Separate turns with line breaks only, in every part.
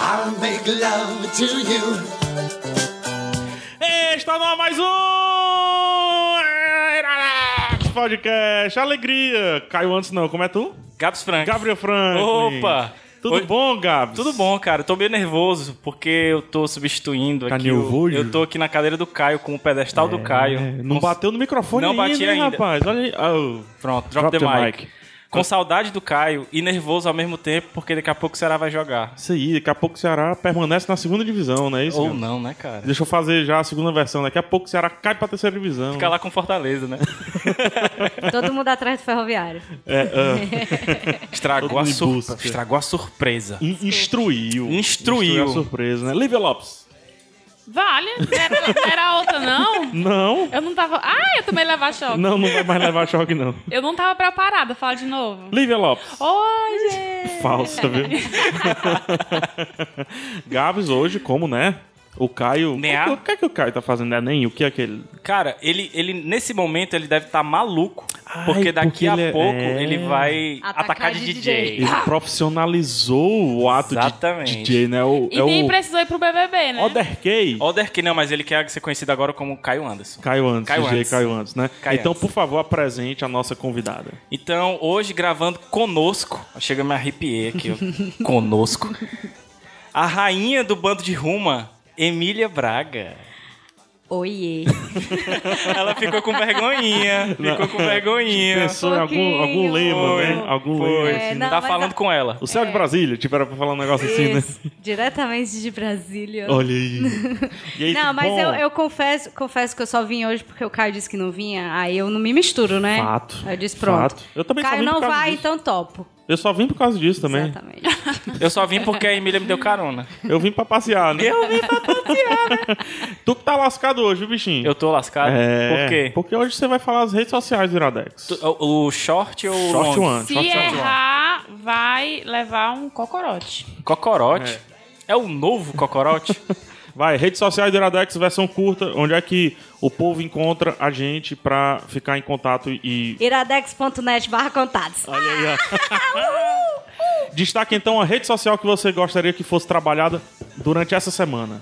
I'll make love to you.
Está no ar mais um Iradex Podcast. Alegria. Caiu antes não, como é tu?
Gabs Frank.
Gabriel Franco.
Opa!
Tudo
Oi.
bom, Gabs?
Tudo bom, cara. Eu tô meio nervoso porque eu tô substituindo
Tá
aqui. o-
nervoso?
eu tô aqui na cadeira do Caio com o pedestal do Caio.
É, não
Com-
bateu no microfone
Não
ainda,
bati
hein,
ainda.
rapaz? Olha aí. Oh.
Pronto,
Drop
drop, the,
the
mic.
mic.
Com saudade do Caio e nervoso ao mesmo tempo porque daqui a pouco o Ceará vai jogar.
Isso aí, daqui a pouco o Ceará permanece na segunda divisão, não é isso?
Ou
Gabs?
não, né, cara?
Deixa eu fazer já a segunda versão. Daqui a pouco o Ceará cai pra terceira divisão.
Fica lá com Fortaleza, né?
Todo mundo atrás do ferroviário.
Estragou
Todo
a,
mundo em
sur...
busca.
Estragou a surpresa.
In- Instruiu.
Instruiu.
a surpresa, né? Lívia Lopes.
Vale, não era, não era outra, não?
Não.
Eu não tava. Ah, eu também levar choque.
Não, não vai mais levar choque, não.
Eu não tava preparada, fala de novo.
Lívia Lopes.
Oi, gente!
é
Falsa, viu? Gabs hoje, como, né? O Caio.
Né?
O que é que o Caio tá fazendo? Né? Nem o que é que ele.
Cara, ele, ele nesse momento ele deve estar maluco.
Ai,
porque daqui
porque
a
ele é-
pouco
é.
ele vai
Atacar
atacar,
de
de,
DJ.
DJ.
Ele profissionalizou o ato
Ah. Exatamente.
de DJ, né? O,
E
é
nem
o
precisou ir pro BBB, né?
Oderkay.
Oder que não, mas ele quer ser conhecido agora como Caio Anderson.
Caio antes,
Caio
DJ
antes.
Caio antes, né?
Caio
então,
antes.
por favor, apresente a nossa convidada.
Então, hoje gravando conosco, chega me arrepiei aqui, ó. conosco. A rainha do bando de ruma, Emília Braga.
Oiê.
Ela ficou com vergonhinha, ficou com vergonhinha.
Pensou em algum,
pouquinho.
algum lema, né?
Foi,
Algum
foi.
lema.
É,
assim, né?
não,
tá
mas
falando
a-
com ela.
O céu de Brasília, tiveram pra falar um negócio assim, né?
É. Isso. Diretamente de Brasília.
Olha aí. E aí,
não,
tudo
mas
bom?
eu, eu confesso, confesso que eu só vim hoje porque o Caio disse que não vinha, aí eu não me misturo, né?
Fato.
Eu disse, pronto.
Fato. Eu também só
Caio
vim por
não
causa
vai,
disso.
então topo.
Eu só vim por causa disso também.
Exatamente.
Eu só vim porque a Emília me deu carona.
Eu vim pra passear, né?
Eu vim pra...
Tu que tá lascado hoje, viu, bichinho?
Eu tô lascado.
É.
Por quê?
Porque hoje você vai falar as redes sociais do Iradex.
Tu- é O, o short ou o
Short
long?
one,
Se
short
um
one.
errar, vai levar um cocorote.
Cocorote. É. o novo cocorote?
Vai, redes sociais do Iradex, versão curta, onde é que o povo encontra a gente pra ficar em contato e...
Iradex.net barra contatos.
Olha aí, ó. Destaque, então, a rede social que você gostaria que fosse trabalhada durante essa semana.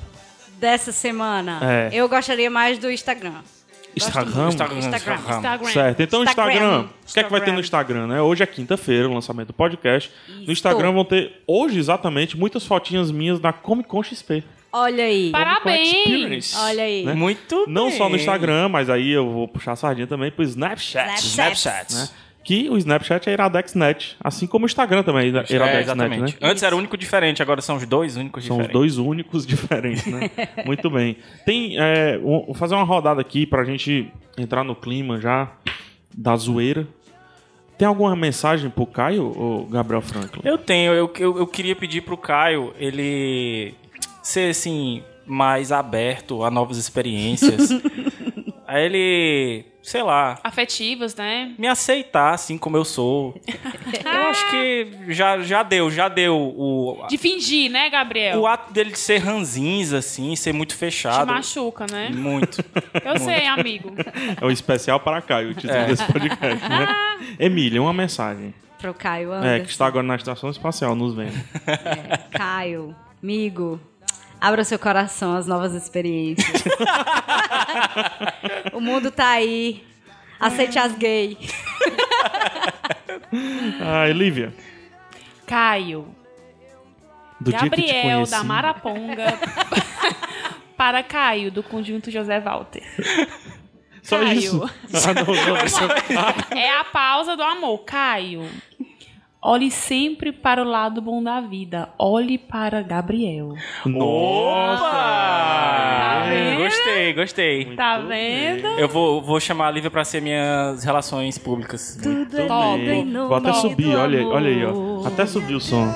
Dessa semana,
É.
eu gostaria mais do Instagram.
Instagram?
Instagram.
Instagram.
Instagram.
Certo, então o Instagram.
Instagram.
O que é que vai ter no Instagram, né? Hoje é quinta-feira, o lançamento do podcast. No Instagram vão ter, hoje exatamente, muitas fotinhas minhas na Comic Con XP.
Olha aí.
Parabéns!
Olha aí.
né?
Muito
Não
bem.
só no Instagram, mas aí eu vou puxar a sardinha também pro Snapchat.
Snapchat.
Snapchat.
né? Que o Snapchat é IradexNet, assim como o Instagram também é Ira- IradexNet,
É, exatamente.
né?
Antes era o único diferente, agora são os dois únicos
São os
diferentes.
dois únicos diferentes, né? Muito bem. Tem, é, um- vou fazer uma rodada aqui pra gente entrar no clima já da zoeira. Tem alguma mensagem pro Caio ou Gabriel Franklin?
Eu tenho, eu, eu, eu queria pedir pro Caio ele ser assim, mais aberto a novas experiências. a ele, sei lá,
Afetivos, né?
me aceitar assim como eu sou. Eu acho que já, já deu, já deu o.
De fingir, né, Gabriel?
O ato dele de ser ranzinza, assim, ser muito
Te
fechado.
machuca, né?
Muito.
Eu sei, amigo.
É o especial para Caio, o título desse podcast, né? Emília, uma mensagem.
Pro Caio
É,
Anderson.
que está agora na estação espacial, nos vendo.
Caio, amigo, abra seu coração às novas experiências. o mundo tá aí. Aceite as gay.
Ah, Lívia.
Caio,
Do dia que te
Gabriel
conheci,
da Maraponga para Caio, do conjunto José Walter.
Só
Caio.
isso. Ah, não, não, não.
É a pausa do amor, Caio. Olhe sempre para o lado bom da vida. Olhe para Gabriel.
Opa!
Tá vendo?
Gostei, gostei.
Tá vendo?
Eu vou, vou chamar a Lívia pra ser minhas relações públicas.
Tudo
Muito bem. Vou até subir, olha aí, olha aí, ó. Até subir o som.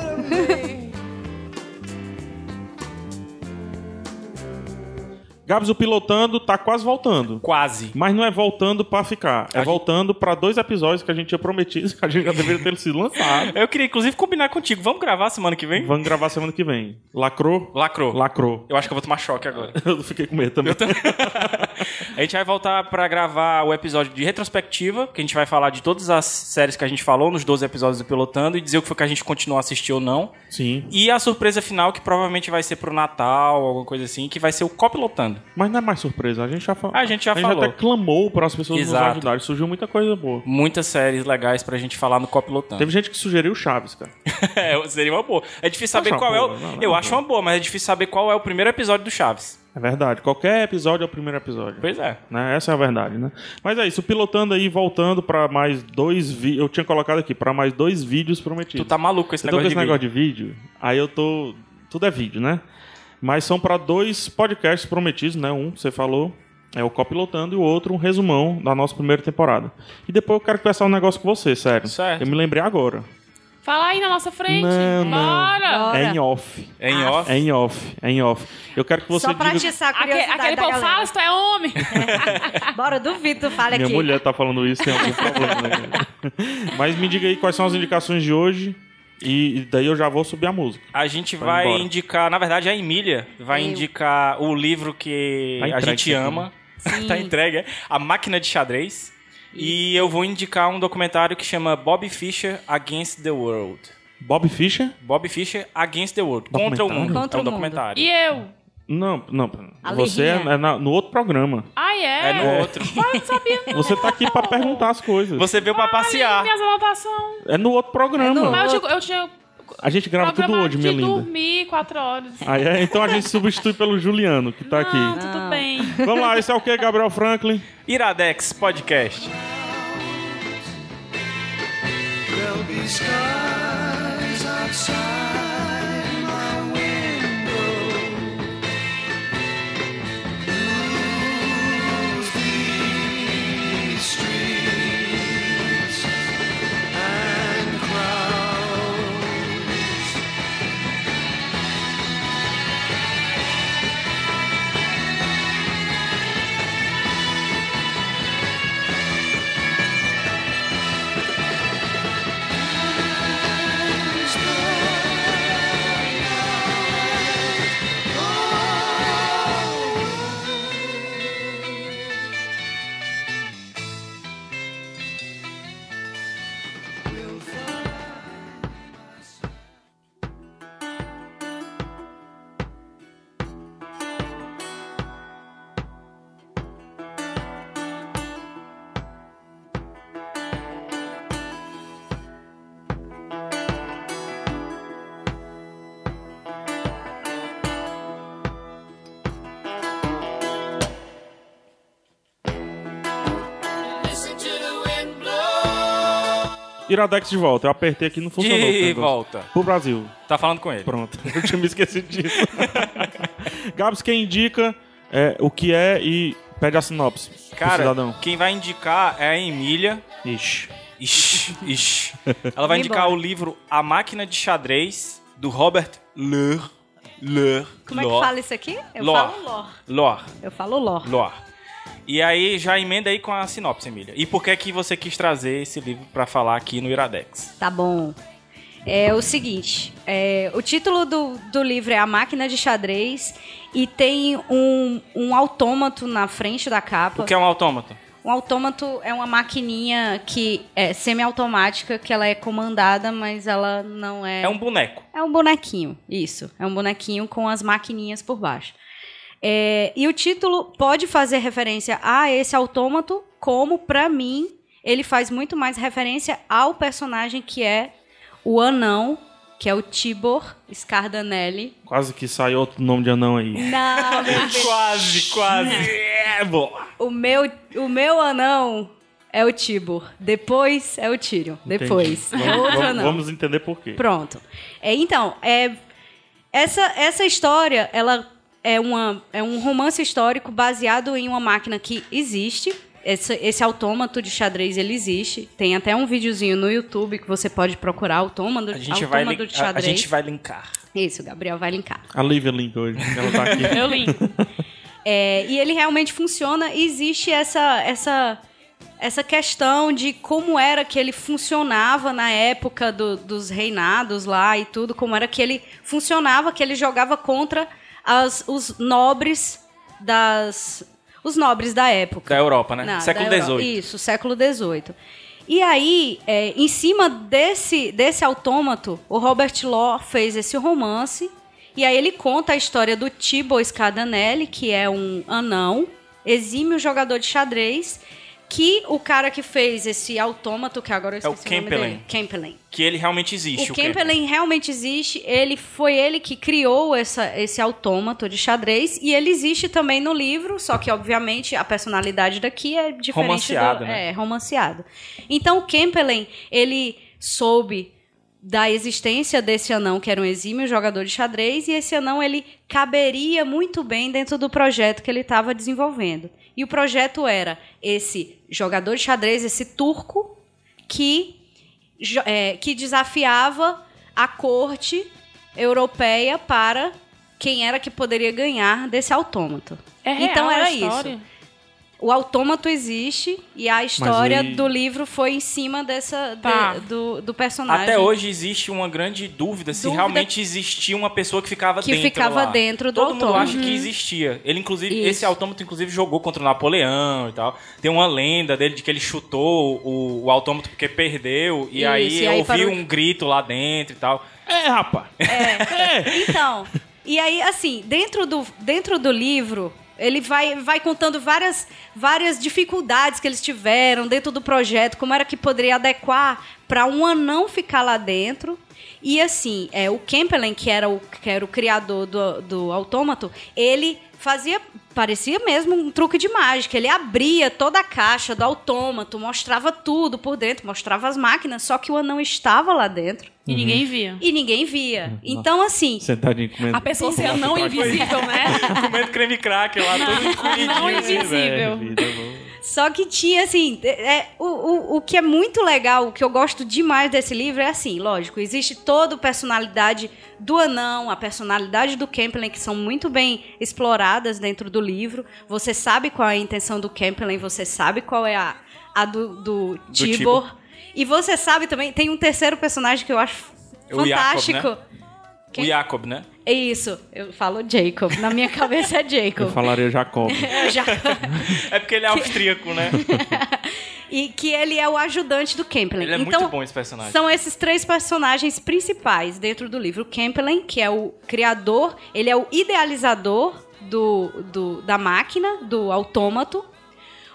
Gabs, o pilotando tá quase voltando.
Quase.
Mas não é voltando pra ficar. É
A gente-
voltando pra dois episódios que a gente tinha prometido, que a gente já deveria ter sido lançado.
Eu queria, inclusive, combinar contigo. Vamos gravar semana que vem?
Vamos gravar semana que vem. Lacrou?
Lacrou.
Lacrou.
Eu acho que eu vou tomar choque agora.
Eu fiquei com medo também.
A gente vai voltar pra gravar o episódio de retrospectiva, que a gente vai falar de todas as séries que a gente falou nos 12 episódios do Pilotando e dizer o que foi que a gente continuou a assistir ou não.
Sim.
E a surpresa final, que provavelmente vai ser pro Natal, alguma coisa assim, que vai ser o Copilotando.
Mas não é mais surpresa. A gente já, fa...
A gente já
A gente
falou.
até clamou para as pessoas nos
Exato.
ajudarem. Surgiu muita coisa boa.
Muitas séries legais pra gente falar no Copilotando.
Teve gente que sugeriu Chaves, cara.
É, seria uma boa. É difícil
Acho
saber
uma
qual é
boa,
o.
não, não é
eu
uma
acho
boa.
uma boa, mas é difícil saber qual é o primeiro episódio do Chaves.
É verdade. Qualquer episódio é o primeiro episódio.
Pois é.
Né? Essa é a verdade, né? Mas é isso. Pilotando aí, voltando para mais dois... Vi... Eu tinha colocado aqui, para mais dois vídeos prometidos.
Tu tá maluco com esse
eu tô com
negócio
esse
de
negócio de vídeo, aí eu tô. Tudo é vídeo, né? Mas são pra dois podcasts prometidos, né? Um, você falou, é o Copilotando, e o outro, um resumão da nossa primeira temporada. E depois eu quero conversar um negócio com você, sério.
Certo.
Eu me lembrei agora.
Fala aí na nossa frente.
Não, não.
Bora!
Bora.
É em off.
É em off.
É em off. É em off. Eu quero que você
Só pra
diga.
atiçar a
Aque-
curiosidade
aquele
da
povo
galera.
fala, se tu é homem.
Bora, duvido, tu fale
Minha
aqui.
mulher tá falando isso, tem algum problema. Né? Mas me diga aí quais são as indicações de hoje. E e daí eu já vou subir a música.
A gente
Vai
vai
embora.
indicar, na verdade, a Emília vai
Eu.
indicar o livro que
Tá
a
entregue
gente
isso aqui,
ama.
Sim.
tá entregue, é? A Máquina de Xadrez. E eu vou indicar um documentário que chama Bob Fischer Against the World.
Bob Fischer?
Bob Fischer Against the World. Contra o
Documentário?
mundo. é
Contra
um
o mundo.
documentário.
E eu?
Não, não.
A
Você é
Lerrinha.
é na- no outro programa.
Ah, é?
É no outro.
Ah, eu não sabia não.
né? Você tá aqui pra perguntar as coisas.
Você veio pra
Olha aí
passear.
minhas anotações.
É no outro programa.
É no-
Mas eu, tinha- eu tinha
A gente grava tudo
programado
hoje,
de
minha linda.
dormir quatro horas.
Aí, é, então a gente substitui pelo Juliano, que tá
Não,
aqui.
tudo bem.
Vamos lá, esse é o que, Gabriel Franklin?
Iradex Podcast.
There'll be skies outside my window. Lose these streets and crowds.
Iradex de volta. Eu apertei aqui e não funcionou. o
De
negócio.
volta.
Pro Brasil.
Tá falando com ele.
Pronto. Eu tinha me esquecido disso. Gabs, quem indica é, o que é e pede a sinopse. pro
Cara,
cidadão.
quem vai indicar é a Emília.
Ixi.
Ixi, ixi. Ela vai
Vamos
indicar
embora.
o livro A Máquina de Xadrez, do Robert Lur. Lur.
Como é que
Lor.
fala isso aqui? Eu
Lor.
falo lor.
Lor.
Eu falo lor.
Lor. E aí, já emenda aí com a sinopse, Emília. E por que que você quis trazer esse livro pra falar aqui no Iradex?
Tá bom. É o seguinte, é, o título do, do livro é A Máquina de Xadrez e tem um, um autômato na frente da capa.
O que é um autômato?
Um autômato é uma maquininha que é semi-automática, que ela é comandada, mas ela não é...
É um boneco.
É um bonequinho, isso. É um bonequinho com as maquininhas por baixo. É, e o título pode fazer referência a esse autômato, como pra mim ele faz muito mais referência ao personagem que é o anão, que é o Tibor Scardanelli.
Quase que saiu outro nome de anão aí.
Não,
Ah.
meu bem.
quase, quase. É, boa.
o meu, o meu anão é o Tibor. Depois é o Tírio.
Entendi.
Depois
Vamos,
é outro
vamos-
anão.
vamos entender por quê.
Pronto. É, então, é, essa, essa história, ela é, uma, é um romance histórico baseado em uma máquina que existe. Esse, esse autômato de xadrez, ele existe. Tem até um videozinho no YouTube que você pode procurar, autômato,
A gente, vai,
autômato
lin-
de
a, a
xadrez.
gente vai linkar.
Isso, o Gabriel vai linkar.
A Lívia linda hoje. Ela tá aqui.
Eu li.
É, e ele realmente funciona. E existe essa, essa, essa questão de como era que ele funcionava na época do- dos reinados lá e tudo, como era que ele funcionava, que ele jogava contra as- os nobres das. Os nobres da época.
Da Europa, né?
Não,
Século
da Europa.
XVIII.
Isso, século XVIII. E aí, é, em cima desse, desse autômato, o Robert Law fez esse romance. E aí ele conta a história do Tibo Scadanelli, que é um anão, exímio jogador de xadrez, que o cara que fez esse autômato, que agora eu
É o
esqueci o, nome
Kempelen.
dele. Kempelen.
Que ele realmente existe.
O Kempelen realmente existe, ele foi ele que criou essa, esse autômato de xadrez e ele existe também no livro, só que obviamente a personalidade daqui é diferente
Romanceado,
do,
né?
é romanceado. Então o Kempelen, ele soube da existência desse anão que era um exímio jogador de xadrez e esse anão ele caberia muito bem dentro do projeto que ele estava desenvolvendo. E o projeto era esse jogador de xadrez, esse turco que jo- é, que desafiava a corte europeia para quem era que poderia ganhar desse autômato.
É real
então era
a história?
isso. O autômato existe e a história
aí-
do livro foi em cima dessa de-
Tá.
do, do personagem.
Até hoje existe uma grande dúvida, se
Dúvida
realmente existia uma pessoa que ficava
que
dentro
ficava
lá.
dentro do
Todo mundo
autômato. Uhum.
acha que existia. Ele, inclusive,
Isso.
esse autômato, inclusive, jogou contra o Napoleão e tal. Tem uma lenda dele de que ele chutou o, o autômato porque perdeu. E
Isso,
aí
e
eu
aí
ouvi
parou-
um grito lá dentro e tal.
É, rapaz.
Então, e aí, assim, dentro do, dentro do livro, ele vai, vai contando várias, várias dificuldades que eles tiveram dentro do projeto, como era que poderia adequar para um anão ficar lá dentro. E assim, é, o Kempelen, que era o, que era o criador do, do autômato, ele fazia. Parecia mesmo um truque de mágica. Ele abria toda a caixa do autômato, mostrava tudo por dentro, mostrava as máquinas, só que o anão estava lá dentro
E ninguém via.
e ninguém via. Então, assim,
Sentadinho comendo.
A pessoa ser não invisível, né?
Comendo creme cracker lá, todo encolhidinho.
Não
assim, velho.
invisível.
Só que tinha, assim, é, é, o, o, o que é muito legal, o que eu gosto demais desse livro é assim, lógico, existe toda a personalidade do anão, a personalidade do Kempelen, que são muito bem exploradas dentro do livro. Você sabe qual é a intenção do Kempelen, você sabe qual é a, a do, do, Tibor. E você sabe também, tem um terceiro personagem que eu acho
O Jacob,
fantástico.
O
Quem-
Jacob, né?
É isso, eu falo Jacob, na minha cabeça é
Eu
Jacob.
falaria Jacob.
É, Jacob.
É porque ele é austríaco, né?
e que ele é o ajudante do Kempelen.
Ele é
então,
muito bom esse personagem.
São esses três personagens principais dentro do livro. O Kempelen, que é o criador, ele é o idealizador do, do- da máquina, do autômato.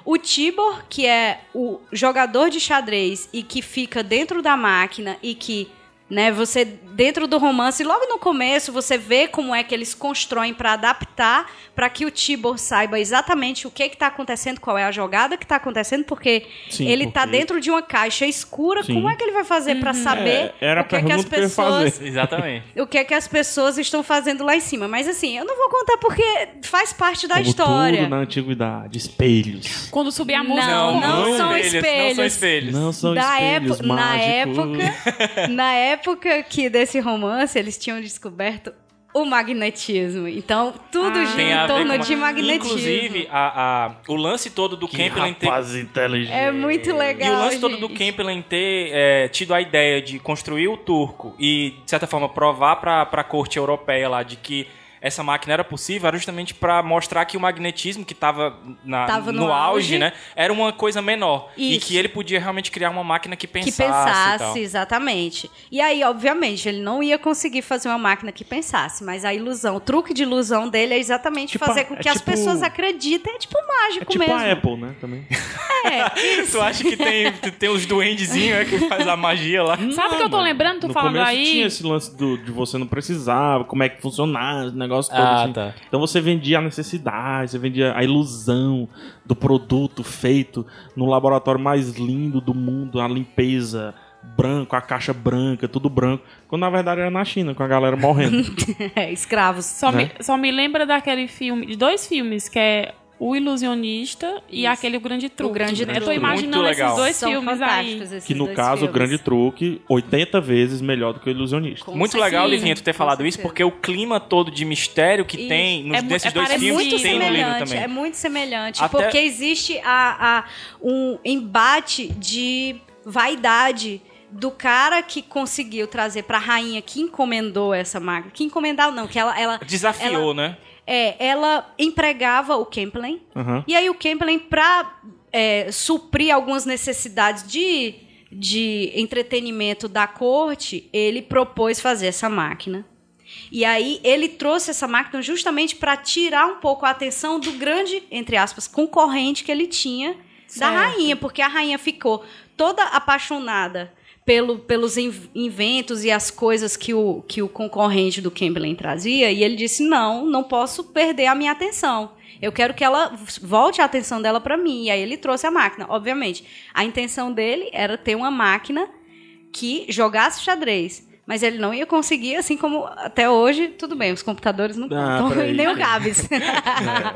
O Tibor, que é o jogador de xadrez e que fica dentro da máquina e que, né, você dentro do romance, logo no começo você vê como é que eles constroem para adaptar, para que o Tibor saiba exatamente o que que tá acontecendo, qual é a jogada que tá acontecendo, porque
Sim,
ele tá
porque-
dentro de uma caixa escura,
Sim.
como é que ele vai fazer pra
Uhum.
saber
É, era a
o que, é que as
pergunta que eu ia
pessoas
fazer.
Exatamente.
o que é que as pessoas estão fazendo lá em cima? Mas assim, eu não vou contar porque faz parte da
Como
história.
Tudo né? na antiguidade. Espelhos.
Quando subir a música...
Não,
como-
não são
Não são
espelhos.
espelhos.
Não são
da
espelhos
época, na
mágicos.
época, na época que desse romance eles tinham descoberto o magnetismo. Então tudo
Ah.
gira
Tem a
em
ver
torno
com-
de magnetismo.
Inclusive, a, a- o lance todo do
é Que
Kempelen ter...
rapaz inteligente.
é muito legal.
E o lance todo do
gente.
Kempelen ter é, tido a ideia de construir o turco e, de certa forma, provar pra, pra corte europeia lá de que essa máquina era possível era justamente pra mostrar que o magnetismo que tava, na-
Tava
no,
no
auge,
auge,
né, era uma coisa menor. E
Isso.
que ele podia realmente criar uma máquina que pensasse.
que
e tal.
pensasse, exatamente. E aí, obviamente, ele não ia conseguir fazer uma máquina que pensasse, mas a ilusão, o truque de ilusão dele é exatamente
Tipo
fazer
a-
com
é
que as
tipo-
pessoas acreditem, é tipo
É
mágico
tipo
mesmo. É.
a Apple, né? Também.
Tu acha que tem, tem os duendezinhos é, que faz a magia lá?
Sabe o que eu tô
mano.
lembrando? Tu
no
falando
começo
aí...
tinha esse lance do, de você não precisava, como é que funcionava, o negócio todo.
Ah,
assim.
tá.
Então você vendia a necessidade, você vendia a ilusão do produto feito no laboratório mais lindo do mundo, a limpeza branco, a caixa branca, tudo branco. Quando na verdade era na China, com a galera morrendo.
É, escravos.
Só,
né?
me, só me lembra daquele filme, de dois filmes, que é O Ilusionista e
Isso.
aquele O Grande Truque. né?
Grande
Eu tô
Truque.
imaginando
Muito
esses
legal.
dois
São
filmes aí.
fantásticos esses
Que no
dois
caso, o
filmes.
grande truque, 80 vezes melhor do que o ilusionista.
Com
Muito
certeza.
legal,
Sim,
Livinha, tu ter
com
falado isso,
certeza.
porque o clima todo de mistério que
Isso.
tem nos,
É mu-
desses
é
dois
É
parecido.
filmes
muito
tem no livro
semelhante,
também.
é muito semelhante,
Até-
porque existe a, a- um embate de vaidade do cara que conseguiu trazer pra rainha que encomendou essa máquina, que encomendar não, que ela, ela,
Desafiou, né?
é, ela empregava o Kemplin,
Aham.
e aí o Kemplin, pra é, suprir algumas necessidades de, de entretenimento da corte, ele propôs fazer essa máquina. E aí ele trouxe essa máquina justamente para tirar um pouco a atenção do grande, entre aspas, concorrente que ele tinha da
Certo.
rainha, porque a rainha ficou toda apaixonada pelo, pelos in- inventos e as coisas que o, que o concorrente do Chamberlain trazia, e ele disse: Não, não posso perder a minha atenção. Eu quero que ela volte a atenção dela para mim. E aí ele trouxe a máquina. Obviamente, a intenção dele era ter uma máquina que jogasse xadrez. Mas ele não ia conseguir, assim como até hoje, tudo bem, os computadores não
Ah,
contam,
peraí,
e nem o
peraí.
Gabs.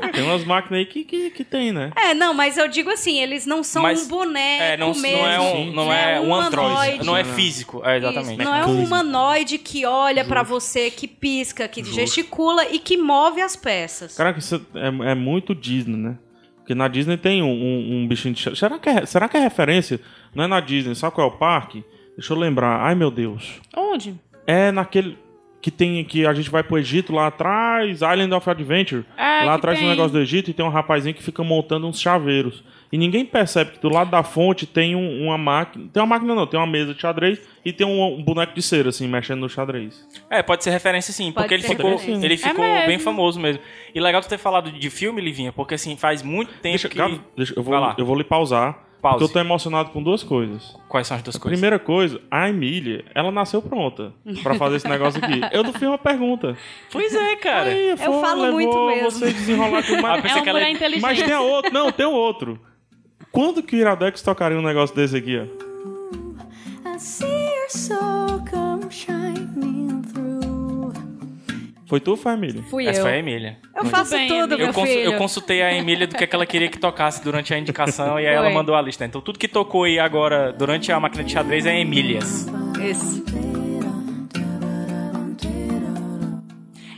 É, tem umas máquinas aí que, que, que tem, né?
É, não, mas eu digo assim, eles não são
Mas-
um boneco
É, não,
mesmo.
não é um, não é
né?
um androide,
humanoide.
não é
né?
físico. É, exatamente.
Isso, não é um humanoide que olha pra você, que pisca, que gesticula e que move as peças.
Caraca, isso é, é muito Disney, né? Porque na Disney tem um, um, um bichinho de cha- será que, é, será que é referência? Não é na Disney, sabe qual é o parque? Deixa eu lembrar. Ai, meu Deus.
Onde?
É naquele que tem que a gente vai pro Egito lá atrás, Island of Adventure.
Ah,
É,
lá
que
atrás tem um
tem.
negócio do Egito e tem um rapazinho que fica montando uns chaveiros. E ninguém percebe que do lado da fonte tem um- uma máquina. Tem uma máquina não, tem uma mesa de xadrez e tem um, um boneco de cera, assim, mexendo no xadrez.
É, pode ser referência sim,
Pode
porque ele
ser
ficou,
referência. É
ele ficou
mesmo.
bem famoso mesmo. E legal tu ter falado de filme, Livinha, porque assim, faz muito tempo
Deixa,
que...
Gabi, deixa- eu,
Vai
vou,
lá.
eu vou lhe pausar.
Pause.
Porque eu tô emocionado com duas coisas.
Quais são as duas coisas?
Primeira coisa, a Emília, ela nasceu pronta pra fazer esse negócio aqui. Eu não fiz uma pergunta.
Pois é, cara.
Aí, foi,
falo
levou
muito mesmo.
Você desenrolar com
Ah,
uma...
pensei
É uma
um
que ela-
mulher inteligente.
Mas tem a outro, não, tem o outro. Quando que o Iradex tocaria um negócio desse aqui, ó?
I see your soul come shining through.
Foi tu ou foi a Emília?
Fui
Essa
eu.
foi a Emília.
Eu faço
bem,
tudo,
amigo.
meu
Eu, cons-
filho.
eu consultei a Emília do que, é que ela queria que tocasse durante a indicação e aí
Foi.
ela mandou a lista. Então tudo que tocou aí agora durante a máquina de xadrez é Emílias.
Esse.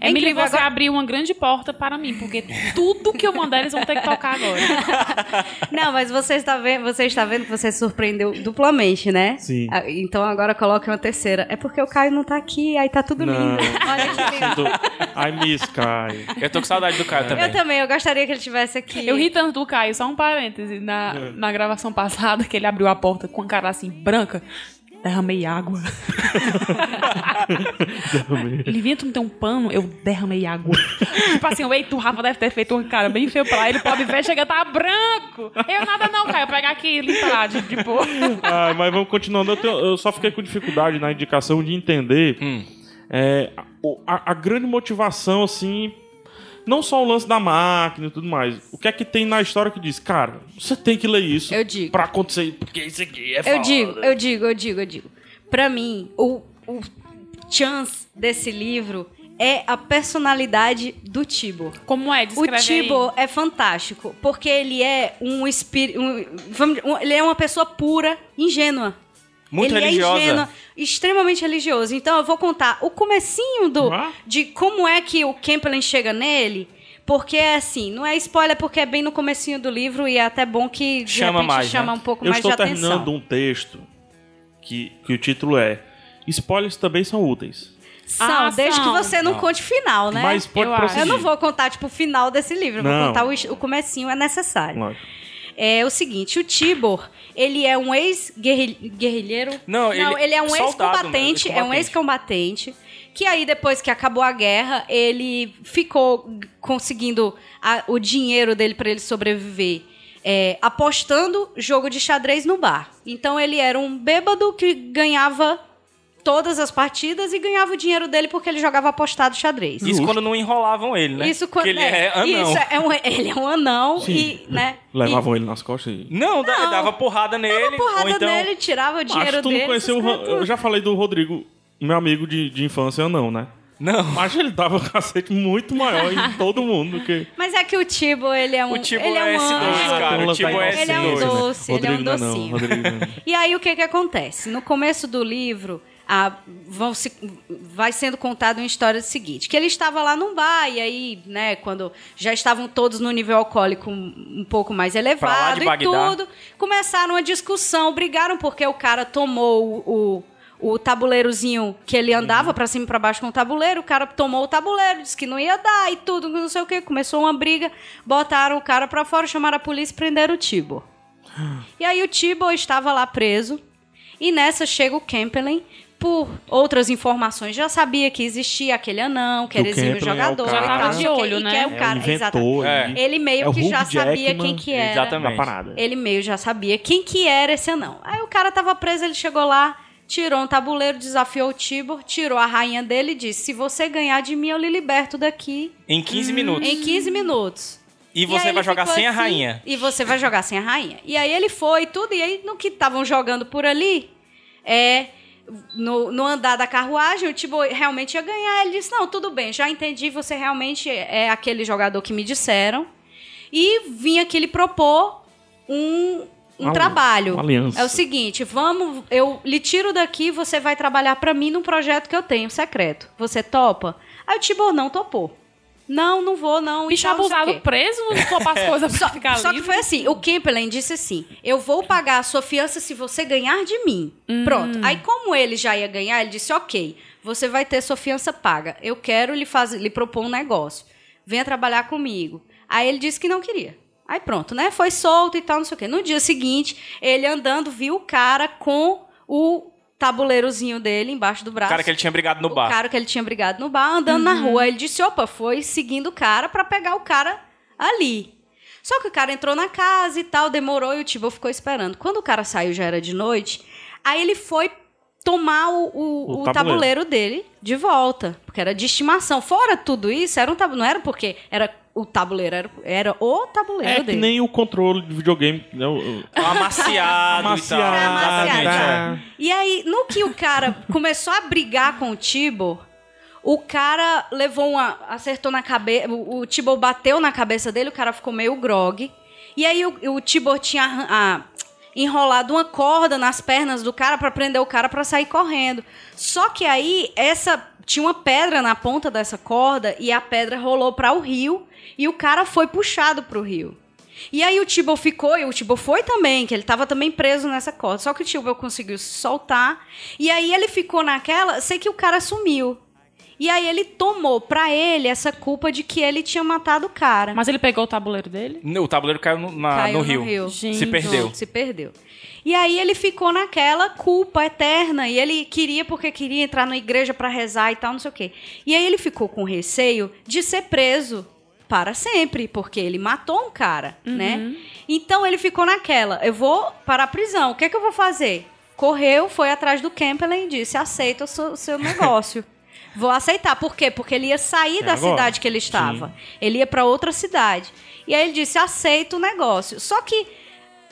É
Emily,
incrível,
você
agora-
abriu uma grande porta para mim, porque tudo que eu mandar eles vão ter que tocar agora.
Não, mas você está, vendo, você está vendo que você surpreendeu duplamente, né?
Sim.
Ah, Então agora coloca uma terceira. É porque o Caio não tá aqui, aí tá tudo
Não.
lindo. Olha que lindo.
Do... I miss Kai.
Eu tô com saudade do Caio também.
Eu também, eu gostaria que ele estivesse aqui.
Eu ri tanto do Caio, só um parêntese. Na, na gravação passada, que ele abriu a porta com a cara assim, branca, derramei água. Livinha, tu não tem um pano? Eu derramei água. tipo assim, o eito, o Rafa deve ter feito uma cara bem feio pra lá. Ele pode ver, chega, tá branco. Eu nada não, Caio. Pegar aqui e limpar lá de, de boa.
Ah, mas vamos continuando. Eu, tenho- eu só fiquei com dificuldade na indicação de entender é, a- o- a, a grande motivação, assim. Não só o lance da máquina e tudo mais. O que é que tem na história que diz, cara, você tem que ler isso
Eu digo.
pra acontecer. Porque isso aqui é
Eu digo, eu digo, eu digo, eu digo. Pra mim, o, o chance desse livro é a personalidade do Tibor.
Como é?
O
Descreve aí.
Tibor é fantástico, porque ele é um espírito. ele é uma pessoa pura, ingênua.
Muito
ele
religiosa.
é ingênua, extremamente religioso. Então eu vou contar o comecinho do,
Ah.
de como é que o Kemplin chega nele. Porque é assim, não é spoiler, porque é bem no comecinho do livro e é até bom que de
Chama
repente
mais, né?
chama um pouco
Eu
mais
estou
de atenção.
terminando um texto que, que o título é Spoilers também são úteis.
São,
Ah,
desde
são.
que você não, conte o final, né?
Mas pode
Eu acho.
prosseguir.
Eu não vou contar, tipo, o final desse livro. eu Vou
Não.
contar o, is- o comecinho, é necessário.
Lógico.
É o seguinte, o Tibor, ele é um ex-guerrilheiro.
Não, ele-
é um
soldado né? mesmo,
ex-combatente. É um ex-combatente. Que aí, depois que acabou a guerra, ele ficou g- conseguindo a- o dinheiro dele pra ele sobreviver. é, apostando jogo de xadrez no bar. Então ele era um bêbado que ganhava todas as partidas e ganhava o dinheiro dele porque ele jogava apostado xadrez.
Isso quando não enrolavam ele, né?
Isso quando
Porque ele é, anão.
Isso, é um, ele é um anão
Sim.
e, né?
Levavam ele nas costas e.
Não, da-
Não.
dava porrada nele.
e porrada
ou então...
nele, tirava o dinheiro
Acho que tu
dele.
não conheceu o.
essas
Ro-
coisas
Eu já falei do Rodrigo, meu amigo de, de infância, não, né?
Não.
Mas ele tava com o cacete muito maior em todo mundo. Que...
Mas é que o Tibo, ele é um.
O Tibo
ele é,
é
um
esse
anjo.
dois, cara. O
Lula
Tibo
tá
é
Ele é um
inocente, né?
doce, ele é um
Rodrigo não é não,
docinho.
Rodrigo não é não.
E aí o que que acontece? No começo do livro, a- vão se- vai sendo contada uma história seguinte, que ele estava lá num bar e aí, né, quando já estavam todos no nível alcoólico um um pouco mais elevado
de
e
Bagdá.
tudo, começaram uma discussão, brigaram porque o cara tomou o o tabuleirozinho que ele
Uhum.
andava pra cima e pra baixo com o tabuleiro, o cara tomou o tabuleiro, disse que não ia dar e tudo, não sei o que, começou uma briga, botaram o cara pra fora, chamaram a polícia e prenderam o Tibor. E aí o Tibor estava lá preso. E nessa chega o Kempelen. Por outras informações, já sabia que existia aquele anão,
Que
que
o
era exímio
Kempelen é o
jogador.
cara-
e tal,
Já tava de
não sei o quê,
olho,
e
né?
Que é o
É,
cara,
ele
exatamente.
inventou
É.
ele.
Ele meio
É o
que já
Hugh
sabia
Jackman,
quem que era.
Da
exatamente.
parada.
Ele meio já sabia quem que era esse anão. Aí o cara tava preso, ele chegou lá, tirou um tabuleiro, desafiou o Tibor, tirou a rainha dele e disse: Se você ganhar de mim, eu lhe liberto daqui
Em 15 minutos.
Hum, em 15 minutos.
E
aí
você
ele
vai jogar
ficou
sem a
assim,
rainha.
E você vai jogar sem a rainha. E aí ele foi e tudo, e aí no que estavam jogando por ali, é. No, no andar da carruagem, o Tibo realmente ia ganhar. Ele disse: Não, tudo bem, já entendi, você realmente é aquele jogador que me disseram. E vinha aqui ele propor um, um
Uma
trabalho.
uma aliança.
É o seguinte: vamos, eu lhe tiro daqui, você vai trabalhar pra mim num projeto que eu tenho secreto. Você topa? Aí o Tibo não topou. Não, não vou, não. e
Bicho
tal, não sei o
tá abusado
quê. É.
preso, sopar as coisas pra ficar
Só que
livre.
foi assim, o Kempelen disse assim: Eu vou pagar a sua fiança se você ganhar de mim.
Hum.
Pronto. Aí, como ele já ia ganhar, ele disse: Ok, você vai ter sua fiança paga. Eu quero lhe, fazer, lhe propor um negócio. Venha trabalhar comigo. Aí ele disse que não queria. Aí pronto, né? Foi solto e tal, não sei o quê. No dia seguinte, ele andando, viu o cara com o tabuleirozinho dele embaixo do
O
braço
cara que ele tinha brigado no
o
bar.
cara que ele tinha brigado no bar, andando na
Uhum.
rua. Ele disse, opa, foi seguindo o cara pra pegar o cara ali. Só que o cara entrou na casa e tal, demorou e o Tibo ficou esperando. Quando o cara saiu, já era de noite, aí ele foi tomar
O
o, o- o
tabuleiro.
tabuleiro. dele de volta, porque era de estimação. Fora tudo isso, era um tabuleiro, não era porque era o tabuleiro, era, era o tabuleiro
É que
dele.
nem o controle de videogame. né, o- o- Amaciado,
Amaciado, e tal.
Pra
Exatamente,
amaciar.
é.
tá.
E aí, no que o cara começou a brigar com o Tibor, o cara levou uma. acertou na cabeça. O, o Tibor bateu na cabeça dele, o cara ficou meio grog. E aí o, o Tibor tinha arran- ah, enrolado uma corda nas pernas do cara pra prender o cara pra sair correndo. Só que aí essa. Tinha uma pedra na ponta dessa corda e a pedra rolou pra o rio e o cara foi puxado pro rio. E aí o Tibor ficou, e o Tibor foi também, que ele tava também preso nessa corda. Só que o Tibor conseguiu se soltar. E aí ele ficou naquela, sei que o cara sumiu. E aí ele tomou pra ele essa culpa de que ele tinha matado o cara.
Mas ele pegou o tabuleiro dele?
O tabuleiro caiu no, na-
Caiu
no rio. Se
Gente.
perdeu.
Se perdeu. E aí ele ficou naquela culpa eterna. E ele queria porque queria entrar na igreja pra rezar e tal, não sei o quê. E aí ele ficou com receio de ser preso para sempre, porque ele matou um cara, né? Então ele ficou naquela, eu vou para a prisão, o que é que eu vou fazer? Correu, foi atrás do Kempelen e disse: aceita o seu, seu negócio. Vou aceitar. Por quê? Porque ele ia sair
É
da
agora.
cidade que ele estava. Ele ia para outra cidade. E aí ele disse: aceita o negócio. Só que,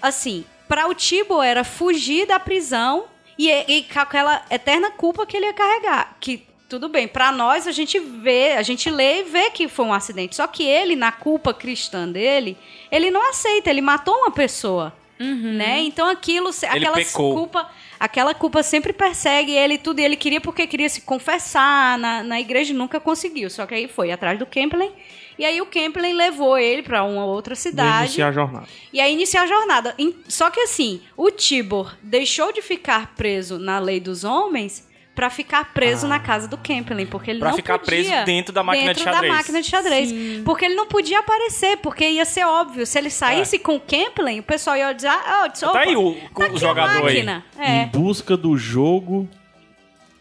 assim, para o Tibo era fugir da prisão e, e com aquela eterna culpa que ele ia carregar. Que tudo bem, para nós a gente vê, a gente lê e vê que foi um acidente. Só que ele, na culpa cristã dele, ele não aceita, ele matou uma pessoa. Né? Então aquilo, se-
Uhum. Ele
aquela
pecou.
culpa, aquela culpa sempre persegue ele e tudo. E ele queria porque queria se confessar na, na igreja e nunca conseguiu. Só que aí foi atrás do Kempelen. E aí o Kempelen levou ele para uma outra
Vem
cidade.
iniciar a jornada.
E aí inicia a jornada. Em- Só que assim, o Tibor deixou de ficar preso na lei dos homens pra ficar preso na casa do Kempelen, porque ele
Ah. Pra
não
ficar
podia
preso dentro da máquina
dentro
de xadrez.
da máquina de xadrez, porque ele não podia aparecer, porque ia ser óbvio, se ele saísse com o Kempelen, o pessoal ia dizer, ah, eu disse,
É. Tá
opa,
aí o, o
tá aqui a
jogador aí. Hum,
máquina.
Em
É.
busca do jogo.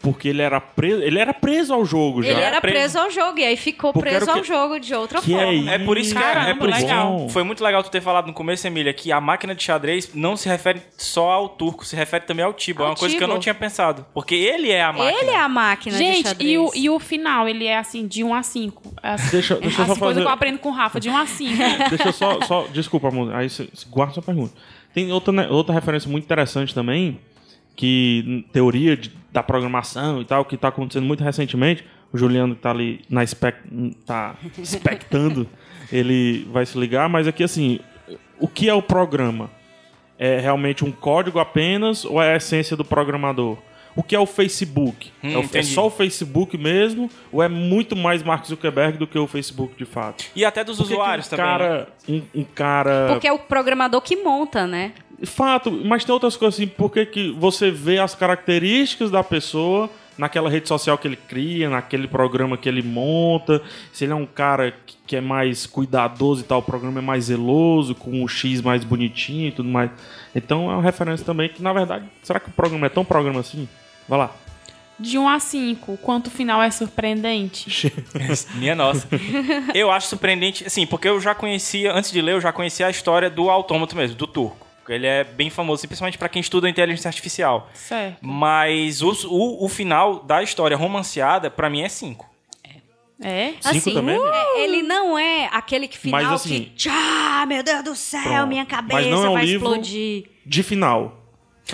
Porque ele era preso. Ele era preso ao jogo já.
Ele era
é preso.
preso. ao jogo, e aí ficou
Porque era
preso
o
ao
que-
jogo de outra
Que
forma.
é
É por isso que,
Caramba,
é por isso
legal.
que foi muito legal tu ter falado no começo, Emília, que a máquina de xadrez não se refere só ao turco, se refere também ao Tibo. É
Ao
uma coisa que eu
Tibo.
não tinha pensado. Porque ele é a máquina.
Ele é a máquina de
Gente,
xadrez.
e o, e o final, ele é assim, de 1 a 5. As,
Deixa- deixa eu
as
só
coisas
fazer-
que eu aprendo com o Rafa, de 1 a 5.
Deixa eu só, só. Desculpa, amor. Aí você você guarda sua pergunta. Tem outra, né, outra referência muito interessante também, que n- teoria de- da programação e tal, que tá acontecendo muito recentemente. o Juliano que tá ali na expec... tá expectando, ele vai se ligar, mas aqui assim, o que é o programa? É realmente um código apenas ou é a essência do programador? O que é o Facebook?
Hum,
é, o- é
entendi.
só o Facebook mesmo ou é muito mais Mark Zuckerberg do que o Facebook de fato?
E até dos
Por que que
usuários
um
também. né?
Cara, um, um cara.
Porque é o programador que monta, né?
Fato, mas tem outras coisas assim, por que que você vê as características da pessoa naquela rede social que ele cria, naquele programa que ele monta, se ele é um cara que- que é mais cuidadoso e tal, o programa é mais zeloso, com o X mais bonitinho e tudo mais. Então é uma referência também que, na verdade, será que o programa é tão programa assim? Vai lá.
De 1 a 5, quanto o final é surpreendente?
Minha nossa. Eu acho surpreendente, assim, porque eu já conhecia, antes de ler, eu já conhecia a história do autômato mesmo, do turco. Ele é bem famoso, assim, principalmente pra quem estuda inteligência artificial.
Certo.
Mas o, o, o final da história romanceada, pra mim, é 5.
É?
Cinco
assim,
também?
é, ele não é aquele que final
Mas, assim-
que, tchá, meu Deus do céu,
Pronto.
minha
Mas
cabeça
não é um
vai
livro-
explodir.
De final.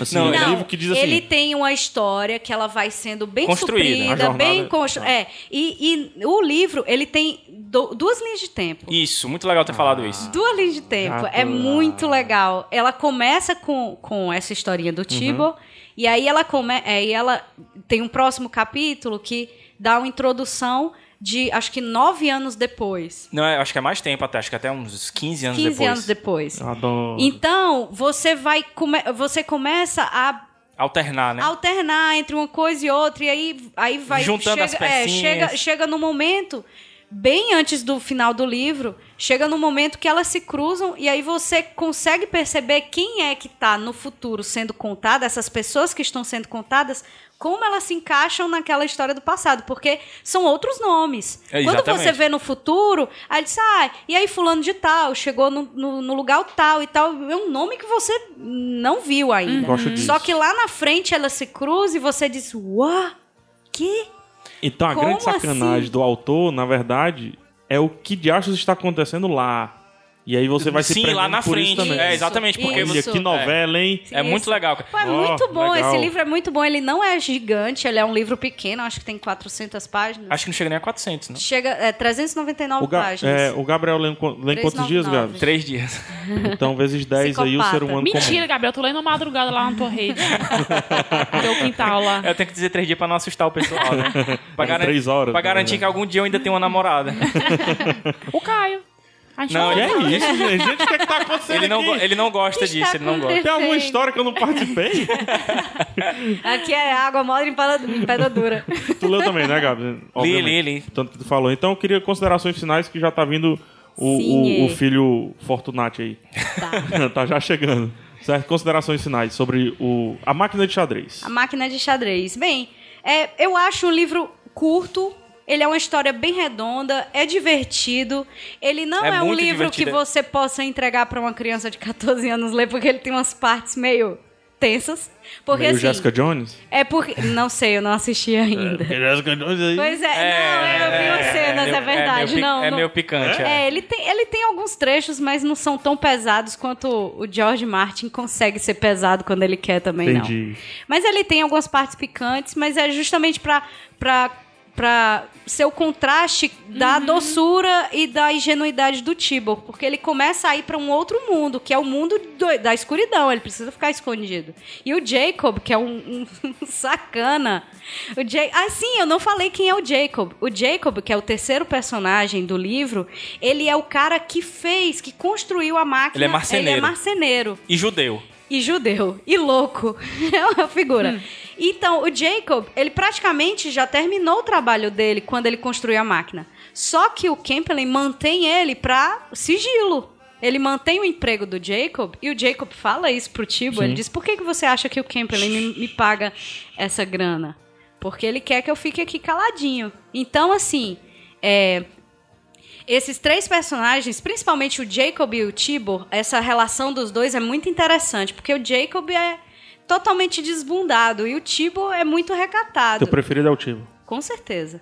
Assim,
Não,
é
ele-
um livro que diz assim. né?
ele tem uma história que ela vai sendo bem
Construída,
suprida,
a jornada-
bem construída.
Ah.
É, e, e o livro, ele tem do- duas linhas de tempo.
Isso, muito legal ter
Ah.
falado isso.
Duas linhas de tempo.
Adorava.
É muito legal. Ela começa com, com essa historinha
Uhum.
do Tibor. E aí ela, come, é, e ela tem um próximo capítulo que dá uma introdução de acho que nove anos depois.
Não, eu acho que é mais tempo até, acho que até uns 15 anos
15
depois.
anos depois.
Eu adoro.
Então, você vai come- você começa a
Alternar, né?
alternar entre uma coisa e outra, e aí, aí vai
Juntando
chega,
as
é,
pecinhas.
chega, chega no momento, bem antes do final do livro, chega no momento que elas se cruzam, e aí você consegue perceber quem é que está no futuro sendo contada, essas pessoas que estão sendo contadas, como elas se encaixam naquela história do passado, porque são outros nomes.
É,
Quando
exatamente.
você vê no futuro, aí diz, ah, e aí fulano de tal, chegou no, no- no lugar tal e tal, é um nome que você não viu ainda.
Gosto disso.
Uhum. Só que lá na frente ela se cruza e você diz, uau, que?
Então a
Como
grande sacanagem
assim?
do autor, na verdade, é o que diachos está acontecendo lá. E aí você vai se
Sim,
prendendo
lá na
por isso
frente.
também.
É, exatamente, porque
Olha,
isso.
que novela, hein?
É muito legal. cara.
Pô, é
Ó,
muito bom,
legal.
esse livro é muito bom. Ele não é gigante, ele é um livro pequeno, acho que tem 400 páginas.
Acho que não chega nem a 400, né?
Chega, é 399
O, Ga-
páginas.
é, o Gabriel lê, em qu- lê em quantos dias,
399.
Gabi?
Três dias.
Então, vezes 10 aí, o ser
né? Psicopata.
humano
Mentira, Gabriel, eu tô lendo madrugada lá na tua rede. Teu quintal lá.
É.
Eu tenho que dizer três dias pra não assustar o pessoal, né? Pra
Em três horas,
Pra
tá
garantir
vendo?
que algum dia eu ainda tenho uma namorada.
O Caio. A gente
Não,
não
comum.
ele-
tá-
Que é isso, gente? Gente, o que, é que tá acontecendo
Ele não,
aqui?
go- ele não gosta
Está
disso, ele não gosta.
acontecendo?
Tem alguma história que eu não participei?
Aqui é água mole em pedra- em pedra dura.
tu leu também, né, Gabi?
Li,
Obviamente.
li, li.
Tanto que tu falou. Então, eu queria considerações finais que já tá vindo o,
Sim,
o-
é.
o filho Fortunati aí. Tá. já chegando. Certo? Considerações finais sobre o, a máquina de xadrez.
A Máquina de Xadrez. Bem, é, eu acho um livro curto. Ele é uma história bem redonda, é divertido. Ele não
É
é, um
muito
livro
divertido,
que
é.
você possa entregar pra uma criança de 14 anos ler, porque ele tem umas partes meio tensas. Porque
Meio
assim,
Jessica Jones?
é porque não sei, eu não assisti
É.
ainda.
Jessica Jones aí.
Pois é, não, eu vi umas cenas, é,
meio-
verdade,
meio, pi-
não.
É
não-
meio picante, é.
é, ele tem, ele tem alguns trechos, mas não são tão pesados quanto o George Martin consegue ser pesado quando ele quer também, não.
Entendi.
Mas ele tem algumas partes picantes, mas é justamente pra, pra, pra ser o contraste da
Uhum.
doçura e da ingenuidade do Tibor. Porque ele começa a ir pra um outro mundo, que é o mundo do- da escuridão. Ele precisa ficar escondido. E o Jacob, que é um, um sacana. O ja ah, sim, eu não falei quem é o Jacob. O Jacob, que é o terceiro personagem do livro, ele é o cara que fez, que construiu a
Ele
máquina.
é marceneiro.
Ele é marceneiro
E judeu.
e judeu e louco. É uma figura. Então, o Jacob, ele praticamente já terminou o trabalho dele quando ele construiu a máquina. Só que o Kempelen mantém ele pra sigilo. Ele mantém o emprego do Jacob e o Jacob fala isso pro Tibo. Ele diz: Por que, que você acha que o Kempelen me, me paga essa grana? Porque ele quer que eu fique aqui caladinho. Então, assim, é, esses três personagens, principalmente o Jacob e o Tibor, essa relação dos dois é muito interessante, porque o Jacob é totalmente desbundado e o Tibor é muito recatado.
Teu preferido é o Tibo.
Com certeza.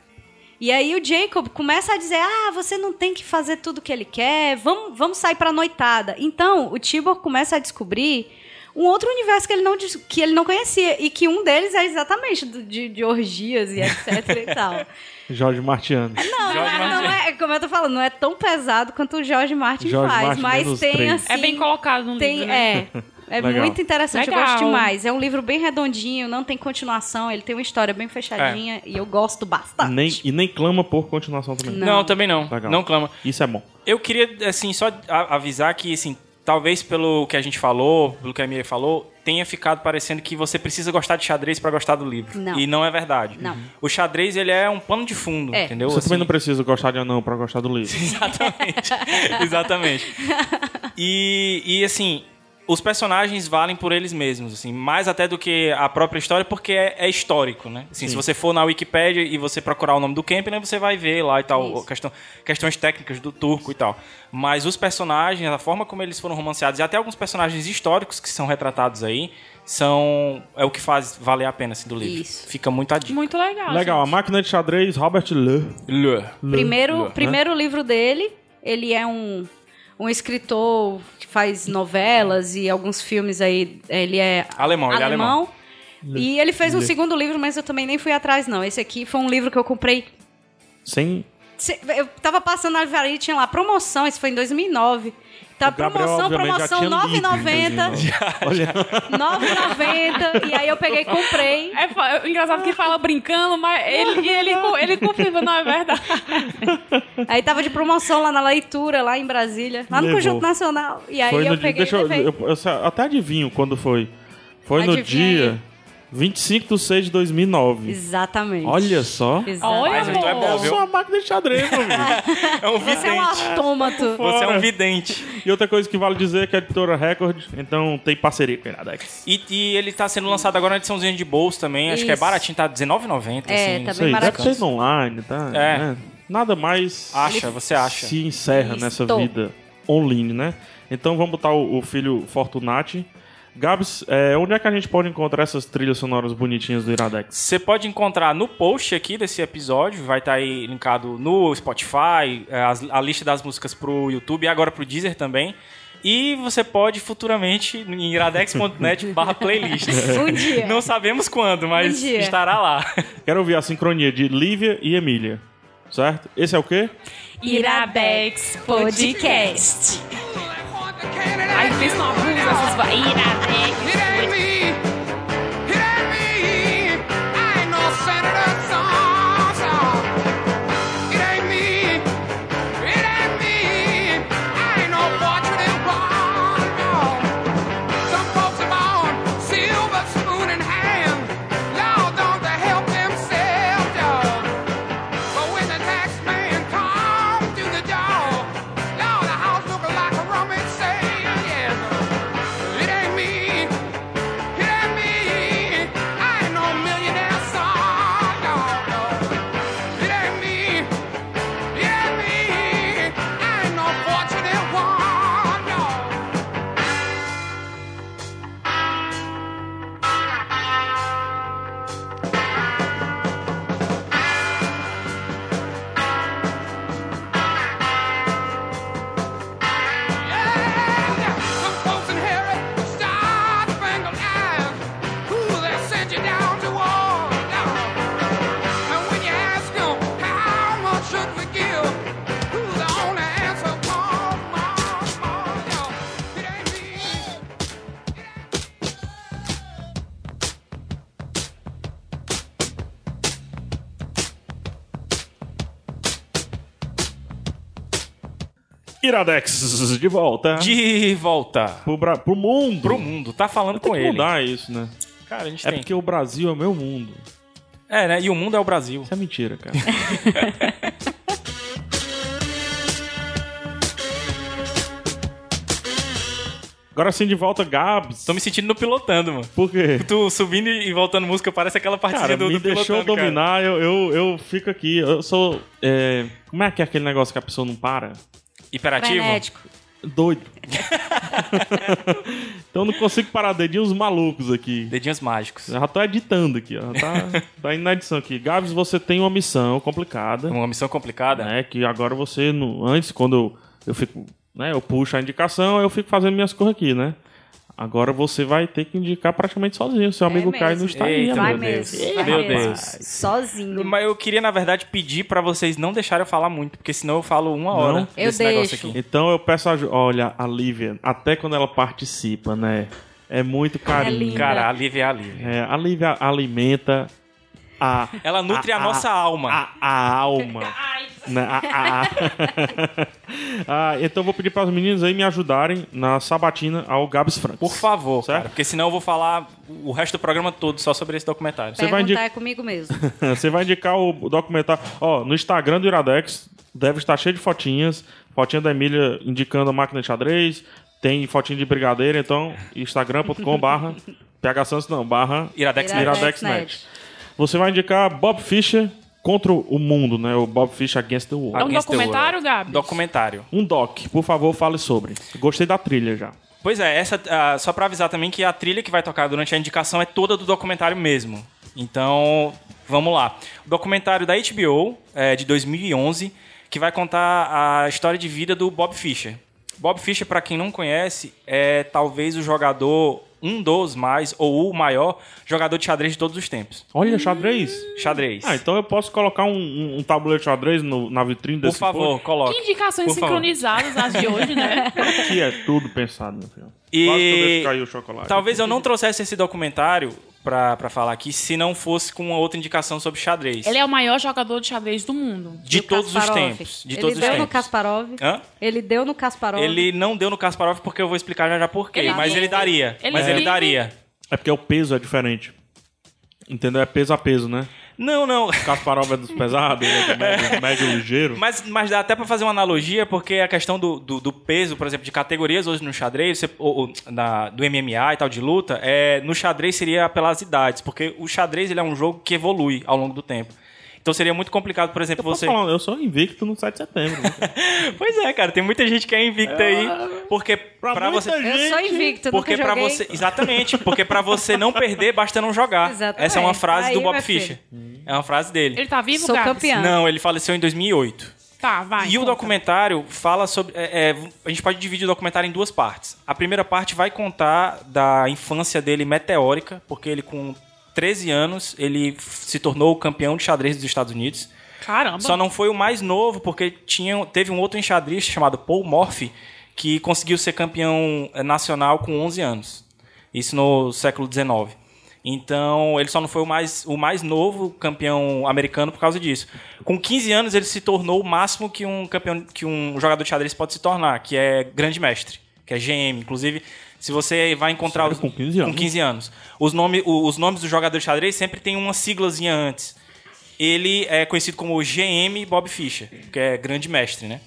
E aí o Jacob começa a dizer: "Ah, você não tem que fazer tudo que ele quer. Vamos, vamos sair para noitada". Então, o Tibor começa a descobrir um outro universo que ele não, dis- que ele não conhecia. E que um deles é exatamente do- de, de orgias e etc e tal.
Jorge Martiano.
Não,
Jorge
é, não é, como eu tô falando, não é tão pesado quanto o Jorge Martin
Jorge
faz,
Martin
mas
menos
tem
três.
assim.
É bem colocado no
tem,
livro, né?
É, é
Legal.
muito interessante, eu gosto
Legal.
demais. É um livro bem redondinho, não tem continuação, ele tem uma história bem fechadinha e eu gosto bastante.
Nem, e nem clama por continuação também.
Não.
Não, também não.
Legal.
Não clama.
Isso é bom.
Eu queria, assim, só a- avisar que, assim, talvez pelo que a gente falou, pelo que a Miriam falou, tenha ficado parecendo que você precisa gostar de xadrez pra gostar do livro.
Não.
E não é verdade.
Não.
O xadrez, ele é um pano de fundo,
É.
entendeu?
Você
Assim,
também não precisa gostar de anão pra gostar do livro.
Exatamente. Exatamente. E, e, assim, os personagens valem por eles mesmos, assim, mais até do que a própria história, porque é, é histórico, né? Assim, se você for na Wikipédia e você procurar o nome do Kempen, né, você vai ver lá e tal,
Isso.
questão, questões técnicas do turco e tal. Mas os personagens, a forma como eles foram romanceados, e até alguns personagens históricos que são retratados aí, são. é o que faz valer a pena assim, do livro.
Isso.
Fica muito a dica.
Muito legal.
Legal, a
gente.
máquina de xadrez, Robert Le.
Le.
Primeiro,
Lua,
primeiro livro dele, ele é um, um escritor que faz novelas e alguns filmes aí. Ele é
Alemão, ele é alemão.
alemão. E ele fez um
Lê.
segundo livro, mas eu também nem fui atrás, não. Esse aqui foi um livro que eu comprei.
Sem
Se- Eu tava passando na livraria e tinha lá promoção, isso foi em 2009. Tá,
O Gabriel,
promoção,
obviamente, já
promoção,
tinha lido em
9,90.
2009. né? Olha,
9,90. e aí eu peguei e comprei.
É fa- é engraçado que fala brincando, mas ele, ele, ele confirma, não é verdade.
Aí tava de promoção lá na leitura, lá em Brasília, lá no
Levou.
Conjunto Nacional. E aí
foi
eu
no dia.
peguei
Deixa
e
eu,
levei.
eu- eu sa- até adivinho quando foi. Foi no
Adivinha
dia 25 de 6 de 2009.
Exatamente.
Olha só.
Exatamente.
Olha,
Mas então é
amor.
bom,
Eu
viu?
sou uma máquina de xadrez, meu amigo.
É um
Você é um
vidente.
autômato.
Você é
Fora.
um vidente.
E outra coisa que vale dizer é que a editora Record, então tem parceria com a Iradex.
E, e ele tá sendo lançado agora na ediçãozinha de bolso também. Acho que é
Isso.
baratinho, tá R$19,90.
É,
assim,
tá
Isso
bem
aí, deve
baratinho.
ter ido online, tá?
É.
Nada mais
Acha, você acha.
se encerra nessa
Estou.
vida online, né? Então vamos botar o, o filho Fortunati. Gabs, é, onde é que a gente pode encontrar essas trilhas sonoras bonitinhas do Iradex?
Você pode encontrar no post aqui desse episódio, vai estar aí linkado no Spotify, é, as- a lista das músicas pro YouTube e agora pro Deezer também. E você pode futuramente em iradex.net barra playlists.
Um dia.
Não sabemos quando, mas
Um dia.
estará lá.
Quero ouvir a sincronia de Lívia e Emília, certo? Esse é o quê?
Iradex Podcast. Ai, fez uma blusa essas va- Iradex.
It ain't me. It ain't me. I ain't no senator, so, so. It ain't me. It ain't me. I ain't no fortune in one, no. Some folks are born silver spoon in hand. Y'all don't to help themselves, y'all. But when the tax man comes to the door, y'all, the house look like a rummage sale, yes. It ain't me. It ain't me. I ain't no millionaire son. No, no. It ain't me. It ain't me. I ain't no fortunate one. No. Some folks inherit star-spangled eyes. Ooh, they send you down to war. And when you ask 'em, how much should we give? Ooh, the only answer, more, more, more. Yeah. It ain't me.
Iradex, de volta.
De volta
Pro, Bra- pro mundo.
pro mundo. Tá falando
Tem
com
que
ele.
mudar isso, né?
Cara, a gente
É
tem.
porque o Brasil é meu mundo.
É, né? E o mundo é o Brasil.
Isso é mentira, cara. Agora sim, de volta, Gabs.
Tô me sentindo no pilotando, mano.
Por quê?
Tu subindo e voltando música, parece aquela partida
Cara,
do,
me
do pilotando,
deixou
cara.
dominar, eu, eu, eu fico aqui. Eu sou. é, como é que é aquele negócio que a pessoa não para?
Hiperativo?
Frenético.
Doido. então eu não consigo parar dedinhos malucos aqui.
Dedinhos mágicos.
Já tô editando aqui, ó. Tá, tá indo na edição aqui. Gabs, você tem uma missão complicada.
Uma missão complicada.
né? Que agora você, no, antes, quando eu, eu fico, né, eu puxo a indicação, eu fico fazendo minhas coisas aqui, né? Agora você vai ter que indicar praticamente sozinho. Seu amigo Caio não está aí,
Eita,
Vai
amigo.
meu Deus.
mesmo. vai
Meu
É mesmo.
Deus.
Sozinho.
Mas eu queria, na verdade, pedir pra vocês não deixarem eu falar muito, porque senão eu falo uma hora
Não?
Eu
desse negócio
deixo.
aqui.
Então eu peço ajuda. Olha, a Lívia, até quando ela participa, né? É muito carinho.
linda.
Cara, a Lívia é a Lívia.
É, a Lívia alimenta a,
Ela nutre a,
ah,
nossa alma.
a, a alma. né? A- a- Ah, então eu vou pedir para os meninos aí me ajudarem na sabatina ao Gabs Franks.
Por favor,
Certo?
cara, porque senão eu vou falar o resto do programa todo só sobre esse documentário.
Você vai
Perguntar
indicar-
é comigo mesmo.
Você vai indicar o documentário. Ó, no Instagram do Iradex deve estar cheio de fotinhas. Fotinha da Emília indicando a máquina de xadrez. Tem fotinha de brigadeiro, então instagram.com barra phsantos não, barra
Iradex
Iradex.
Net.
iradexnet.
Net.
Você vai indicar Bob Fischer contra o mundo, né? O Bob Fischer Against the World.
É um
Against the
documentário,
World.
Gabi?
Documentário.
Um doc, por favor, fale sobre. Gostei da trilha já.
Pois é, essa, ah, só pra avisar também que a trilha que vai tocar durante a indicação é toda do documentário mesmo. Então, vamos lá. O documentário da HBO, é, de 2011, que vai contar a história de vida do Bob Fischer. Bob Fischer, pra quem não conhece, é talvez o jogador, um dos mais, ou o maior, jogador de xadrez de todos os tempos.
Olha, xadrez.
Xadrez.
Ah, então eu posso colocar um, um- um tabuleiro de xadrez no- na vitrine
Por
desse
favor, coloque.
Que indicações
Por favor.
sincronizadas as de hoje, né?
pote? Que é tudo pensado, meu filho.
E-
Quase que eu deixo cair o chocolate.
Talvez eu não trouxesse esse documentário pra, pra falar aqui se não fosse com uma outra indicação sobre xadrez.
Ele é o maior jogador de xadrez do mundo.
De
E o
todos os
Kasparov.
tempos. De
Ele
todos os
deu no
tempos.
Kasparov.
Hã?
Ele deu no Kasparov.
Ele não deu no Kasparov porque eu vou explicar já já por quê.
Ele
mas
vive-
ele daria.
ele
mas ele
vive-
daria.
É porque o peso é diferente. Entendeu? É peso a peso, né?
Não, não.
Kasparov é dos pesados, ele é do médio, do médio ligeiro.
Mas, mas dá até pra fazer uma analogia, porque a questão do, do, do peso, por exemplo, de categorias hoje no xadrez, você- ou- ou na- do MMA e tal, de luta, é, no xadrez seria pelas idades, porque o xadrez ele é um jogo que evolui ao longo do tempo. Então seria muito complicado, por exemplo,
Eu, posso
você.
falar, eu sou invicto no 7 de setembro. né?
Pois é, cara, tem muita gente que é invicta aí, porque
Pra,
pra,
muita
você.
Eu
gente...
sou invicto,
Porque
nunca
pra
joguei.
você. Exatamente, porque pra você não perder, basta não jogar.
Exatamente.
Essa é uma frase
Aí,
do Bob
meu filho.
Fischer. É uma frase dele.
Ele tá vivo,
Sou
Gabs?
campeã.
Não, ele faleceu em 2008.
Tá, vai.
e o
conta.
documentário fala sobre. é, é, a gente pode dividir o documentário em duas partes. A primeira parte vai contar da infância dele meteórica, porque ele com 13 anos ele f- se tornou o campeão de xadrez dos Estados Unidos.
Caramba.
Só não foi o mais novo, porque tinha, teve um outro enxadrista chamado Paul Morphy que conseguiu ser campeão eh, nacional com 11 anos. Isso no século XIX. Então, ele só não foi o mais, o mais novo campeão americano por causa disso. Com 15 anos, ele se tornou o máximo que um, campeão, que um jogador de xadrez pode se tornar, que é grande mestre, que é GM. Inclusive, se você vai encontrar...
Sério?
os-
Com 15 anos?
Com 15 anos. Os, nome, o- os nomes do jogador de xadrez sempre tem uma siglazinha antes. Ele é conhecido como GM Bob Fischer, que é grande mestre, né?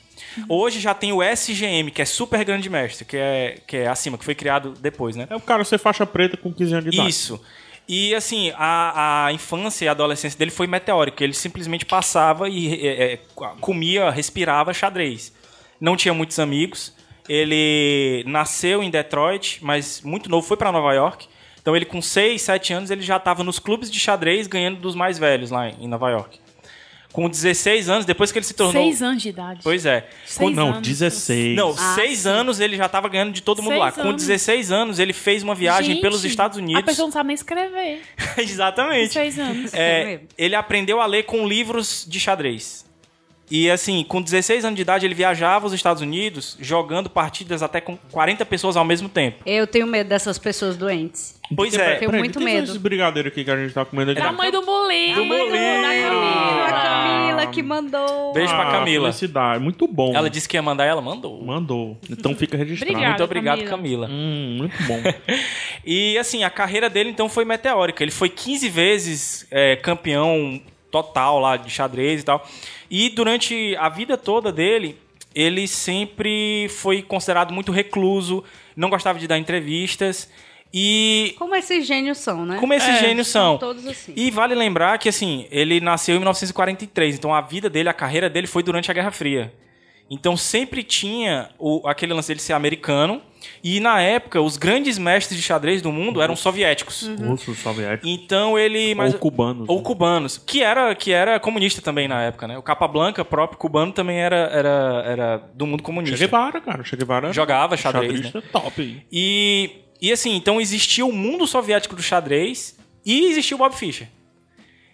Hoje já tem o SGM, que é super grande mestre, que é, que é acima, que foi criado depois, né?
É o cara ser faixa preta com 15 anos de idade.
Isso. E assim, a, a infância e a adolescência dele foi meteórica. Ele simplesmente passava e é, é, comia, respirava xadrez. Não tinha muitos amigos. Ele nasceu em Detroit, mas muito novo foi para Nova York. Então ele com 6, 7 anos ele já estava nos clubes de xadrez ganhando dos mais velhos lá em em Nova York. Com 16 anos, depois que ele se tornou.
Seis anos de idade.
Pois é.
Ou
Seis
não,
anos.
16.
Não, seis anos ele já tava ganhando de todo mundo
Seis
lá. Com
anos.
16 anos ele fez uma viagem
Gente,
pelos Estados Unidos.
A pessoa não sabe nem escrever.
Exatamente.
Seis anos.
É
É,
mesmo.
ele aprendeu a ler com livros de xadrez. E assim, com 16 anos de idade, ele viajava aos Estados Unidos jogando partidas até com 40 pessoas ao mesmo tempo.
Eu tenho medo dessas pessoas doentes.
Pois
Porque
é.
Tenho
Peraí,
muito
tem
medo.
Esses brigadeiros aqui que a gente tá comendo aqui.
Da mãe do bolinho.
Do bolinho.
Da
A
Camila.
Camila que mandou.
Ah. Beijo pra
Ah,
Camila.
Felicidade. Muito bom.
Ela disse que ia mandar, ela mandou.
Mandou. Então fica registrado.
Obrigada.
Muito obrigado, Camila.
Camila.
Hum, muito bom.
E assim, a carreira dele então foi meteórica. Ele foi 15 vezes é, campeão total lá de xadrez e tal. E durante a vida toda dele, ele sempre foi considerado muito recluso, não gostava de dar entrevistas. E
Como esses gênios são, né?
como esses gênios são.
Todos assim.
E vale lembrar que, assim, ele nasceu em 1943, então a vida dele, a carreira dele foi durante a Guerra Fria. Então sempre tinha o, aquele lance dele ser americano, e na época os grandes mestres de xadrez do mundo eram soviéticos.
Uhum.
Russos, soviéticos.
Então ele. mas-
Ou cubanos. né?
Ou cubanos, que era, que era comunista também na época, né? O Capablanca, próprio cubano, também era, era, era do mundo comunista.
né? Che Guevara, cara. Che Guevara.
Jogava xadrez, né?
Xadrista top aí.
E E assim, então existia o mundo soviético do xadrez e existia o Bob Fischer.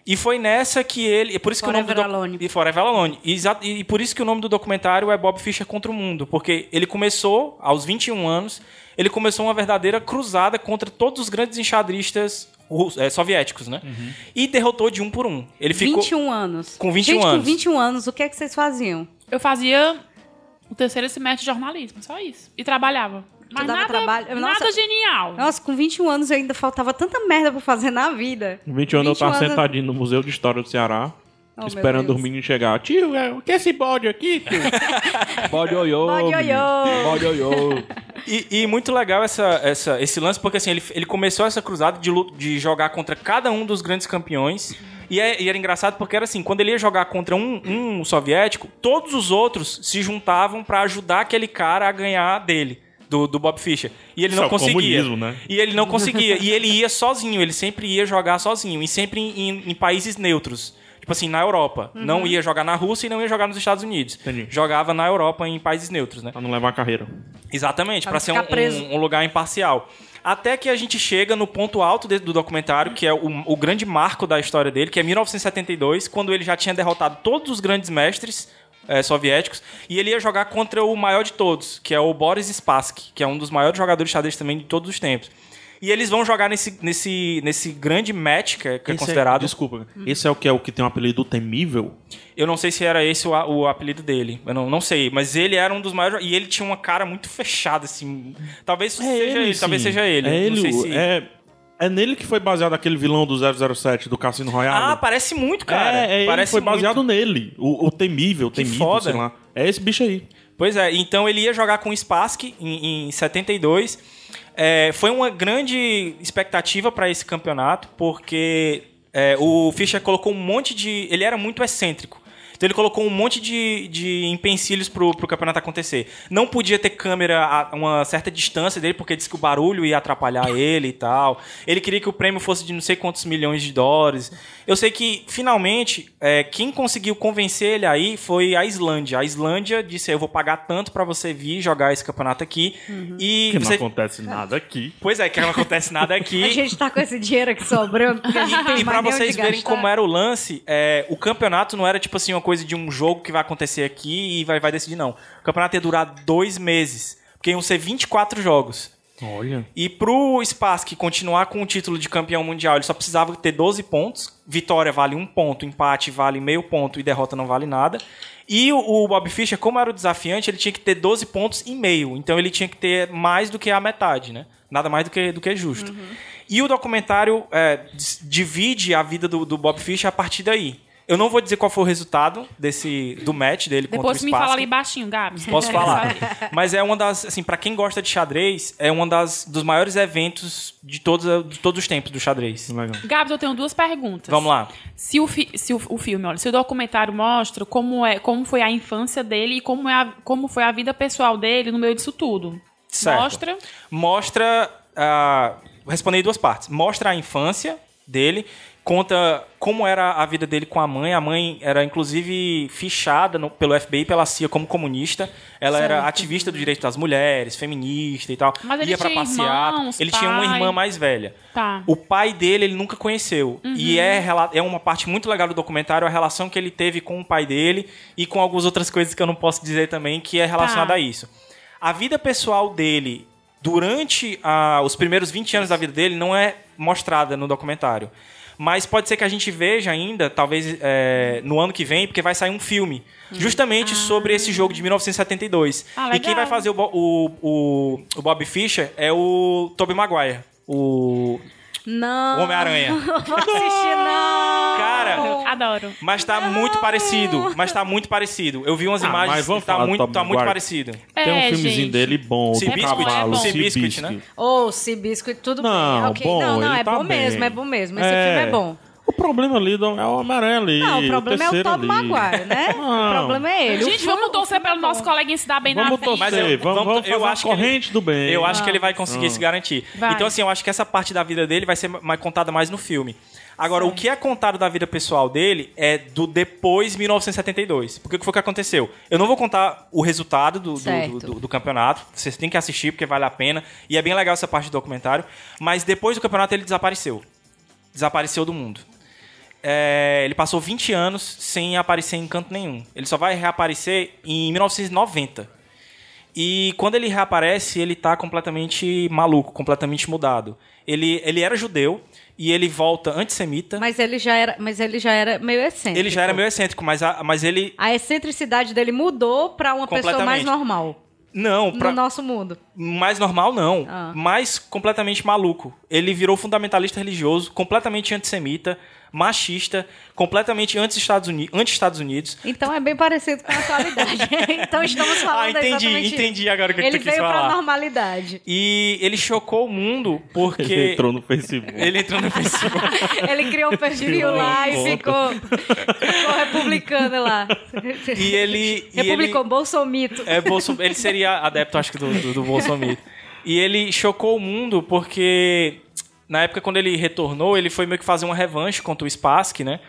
E foi nessa que ele. e Por isso que o nome
Forever
do doc-
Alone.
E Forever Alone. E, exa- e por isso que o nome do documentário é Bob Fischer contra o mundo. Porque ele começou, aos 21 anos, ele começou uma verdadeira cruzada contra todos os grandes enxadristas rus- eh, soviéticos, né? E derrotou de um por um. Ele ficou.
21 anos.
Com 21
Gente,
anos.
com 21 anos, o que é que vocês faziam?
Eu fazia o terceiro semestre de jornalismo, só isso. E trabalhava. Mas
dava
nada,
trabalho? Nossa.
nada genial.
Nossa, com 21 anos eu ainda faltava tanta merda pra fazer na vida.
Com 20 um anos eu
21
tava
anos-
sentadinho no Museu de História do Ceará,
Oh, meu
esperando
Deus.
os meninos chegar. Tio, é, o que é esse bode aqui, tio? bode oiô.
Bode
menino.
oiô.
Bode oiô.
E, e muito legal essa, essa- esse lance, porque assim, ele, ele começou essa cruzada de, lu- de jogar contra cada um dos grandes campeões. E, é- e era engraçado porque era assim, quando ele ia jogar contra um, um soviético, todos os outros se juntavam pra ajudar aquele cara a ganhar dele, do, do Bob Fischer. E ele
Isso
não
é o
conseguia.
comunismo, né?
E ele não conseguia. e ele ia sozinho, ele sempre ia jogar sozinho. E sempre em, em- em países neutros. Tipo assim, na Europa. Não ia jogar na Rússia e não ia jogar nos Estados Unidos.
Entendi.
Jogava na Europa em países neutros, né?
Pra não levar a carreira.
Exatamente,
Pra
para
não
ser um,
ficar preso.
um- um lugar imparcial. Até que a gente chega no ponto alto de- do documentário, que é o, o grande marco da história dele, que é 1972, quando ele já tinha derrotado todos os grandes mestres eh, soviéticos, e ele ia jogar contra o maior de todos, que é o Boris Spassky, que é um dos maiores jogadores de xadrez também de todos os tempos. E eles vão jogar nesse, nesse, nesse grande match, que é, que é
Esse
considerado.
desculpa. Esse é o que é o que tem um apelido temível?
Eu não sei se era esse o, a- o apelido dele. Eu não, não sei. Mas ele era um dos maiores. E ele tinha uma cara muito fechada, assim. Talvez seja ele, talvez
É sim.
seja ele.
É
Não
ele.
sei
o-
se-
É, é nele que foi baseado aquele vilão do 007 do Cassino Royale.
Ah, parece muito, cara.
é, é ele
parece
foi
muito.
baseado nele. O, o temível, o
Que
temido,
foda.
sei lá. É esse bicho aí.
Pois é, então ele ia jogar com o Spassky em, em 72. É, foi uma grande expectativa para esse campeonato, porque é, o Fischer colocou um monte de. Ele era muito excêntrico. Então ele colocou um monte de, de empecilhos pro, pro campeonato acontecer. Não podia ter câmera a uma certa distância dele, porque disse que o barulho ia atrapalhar ele e tal. Ele queria que o prêmio fosse de não sei quantos milhões de dólares. Eu sei que, finalmente, é, quem conseguiu convencer ele aí foi a Islândia. A Islândia disse: Eu vou pagar tanto pra você vir jogar esse campeonato aqui. E
Uhum.
Que não
você.
acontece nada aqui.
Pois é, que não acontece nada aqui.
A gente tá com esse dinheiro aqui sobrando. porque a gente não
E, e
tem
pra
mais nem
vocês
onde
verem
gastar.
como era o lance, é, o campeonato não era tipo assim uma coisa de um jogo que vai acontecer aqui e vai, vai decidir, não. O campeonato ia durar dois meses, porque iam ser 24 jogos.
Olha.
E pro Spassky continuar com o título de campeão mundial, ele só precisava ter 12 pontos. Vitória vale um ponto, empate vale meio ponto e derrota não vale nada. E o, o Bob Fischer, como era o desafiante, ele tinha que ter 12 pontos e meio. Então ele tinha que ter mais do que a metade, né? Nada mais do que, do que justo. E o documentário é, dis- divide a vida do, do Bob Fischer a partir daí. Eu não vou dizer qual foi o resultado desse do match dele contra o
Depois
Spassky.
me fala ali baixinho, Gabi.
Posso falar. Mas é uma das, assim, pra quem gosta de xadrez, é uma das dos maiores eventos de todos, de todos os tempos do xadrez.
Legal.
Gabs, eu tenho duas perguntas.
Vamos lá.
Se o, fi- se o- o filme, olha, se o documentário mostra como é, como foi a infância dele e como, é a- como foi a vida pessoal dele no meio disso tudo.
Certo.
Mostra.
Mostra. ah, vou responder em duas partes. Mostra a infância dele, conta como era a vida dele com a mãe. A mãe era, inclusive, fichada no- pelo FBI e pela CIA como comunista. Ela era ativista do direito das mulheres, feminista e tal.
Mas ele
Ia pra
tinha
passear.
irmãos,
ele tinha uma
pai.
irmã mais velha.
Tá. Uhum.
O pai dele ele nunca conheceu. E é, rela- é uma parte muito legal do documentário a relação que ele teve com o pai dele e com algumas outras coisas que eu não posso dizer também que é relacionada
Tá.
a isso. A vida pessoal dele durante ah, os primeiros 20 anos da vida dele não é mostrada no documentário. Mas pode ser que a gente veja ainda, talvez é, no ano que vem, porque vai sair um filme justamente sobre esse jogo de 1972.
Ah,
e quem
legal.
vai fazer o, Bo- o, o, o Bob Fischer é o Tobey Maguire. O
Não.
o Homem-Aranha.
Não vou assistir, não.
Cara,
Adoro.
mas tá muito parecido. Mas tá muito parecido. Eu vi umas
Ah, mas
imagens
vamos
e tá
falar do
muito,
Tobey
tá muito
Maguire.
parecido.
Tem um
É,
filmezinho
gente.
dele bom, do
Cibiscuit,
cavalo,
né?
o
Cibiscuit,
Cibiscuit.
né?
Ou oh, Seabiscuit, tudo
Não,
bem. ok.
bom,
não, não,
ele
é
tá
bom
bem.
mesmo, é bom mesmo. Esse filme é bom.
O problema ali do- é o amarelo ali.
Não, o problema é o
terceiro
Tob
ali.
Maguire, né?
Não.
O problema é ele.
Gente, vamos torcer pelo nosso coleguinha se dar bem na
Vamos
vida.
torcer,
Mas eu-
vamos,
vamos-
vamos fazer
eu
uma
acho que ele-
corrente do bem.
Eu acho que ele vai conseguir
Ah.
se garantir.
Vai.
Então, assim, eu acho que essa parte da vida dele vai ser mais contada mais no filme. Agora, o que é contado da vida pessoal dele é do depois 1972. Porque o que foi que aconteceu? Eu não vou contar o resultado do, do-
Certo.
do- do- do campeonato. Vocês têm que assistir, porque vale a pena. E é bem legal essa parte do documentário. Mas depois do campeonato ele desapareceu. Desapareceu do mundo. É, ele passou 20 anos sem aparecer em canto nenhum. Ele só vai reaparecer em 1990. E quando ele reaparece, ele tá completamente maluco, completamente mudado. Ele, ele era judeu e ele volta antissemita.
Mas ele já era, mas ele já era meio excêntrico.
ele já era meio excêntrico, mas, a- mas ele.
A excentricidade dele mudou pra uma pessoa mais
Completamente.
normal
Não, pra-
no nosso mundo.
mais normal não,
Ah.
mais completamente maluco. Ele virou fundamentalista religioso, completamente antissemita, machista, completamente anti-Estados Unidos, anti-Estados Unidos.
Então é bem parecido com a atualidade. então estamos
Ah,
falando
entendi,
exatamente isso.
entendi agora o que
Ele
tu quis
veio pra
falar.
normalidade.
E ele chocou o mundo porque
Ele entrou no Facebook.
ele entrou no Facebook.
Ele criou um perfil
Criou
lá
uma
e ficou,
conta.
ficou republicano lá.
E ele- e
Republicou
ele-
Bolsomito.
É, Bolso- ele seria adepto, acho que, do, do, do Bolsonaro. E ele chocou o mundo porque, na época, quando ele retornou, ele foi meio que fazer uma revanche contra o Spassky, né?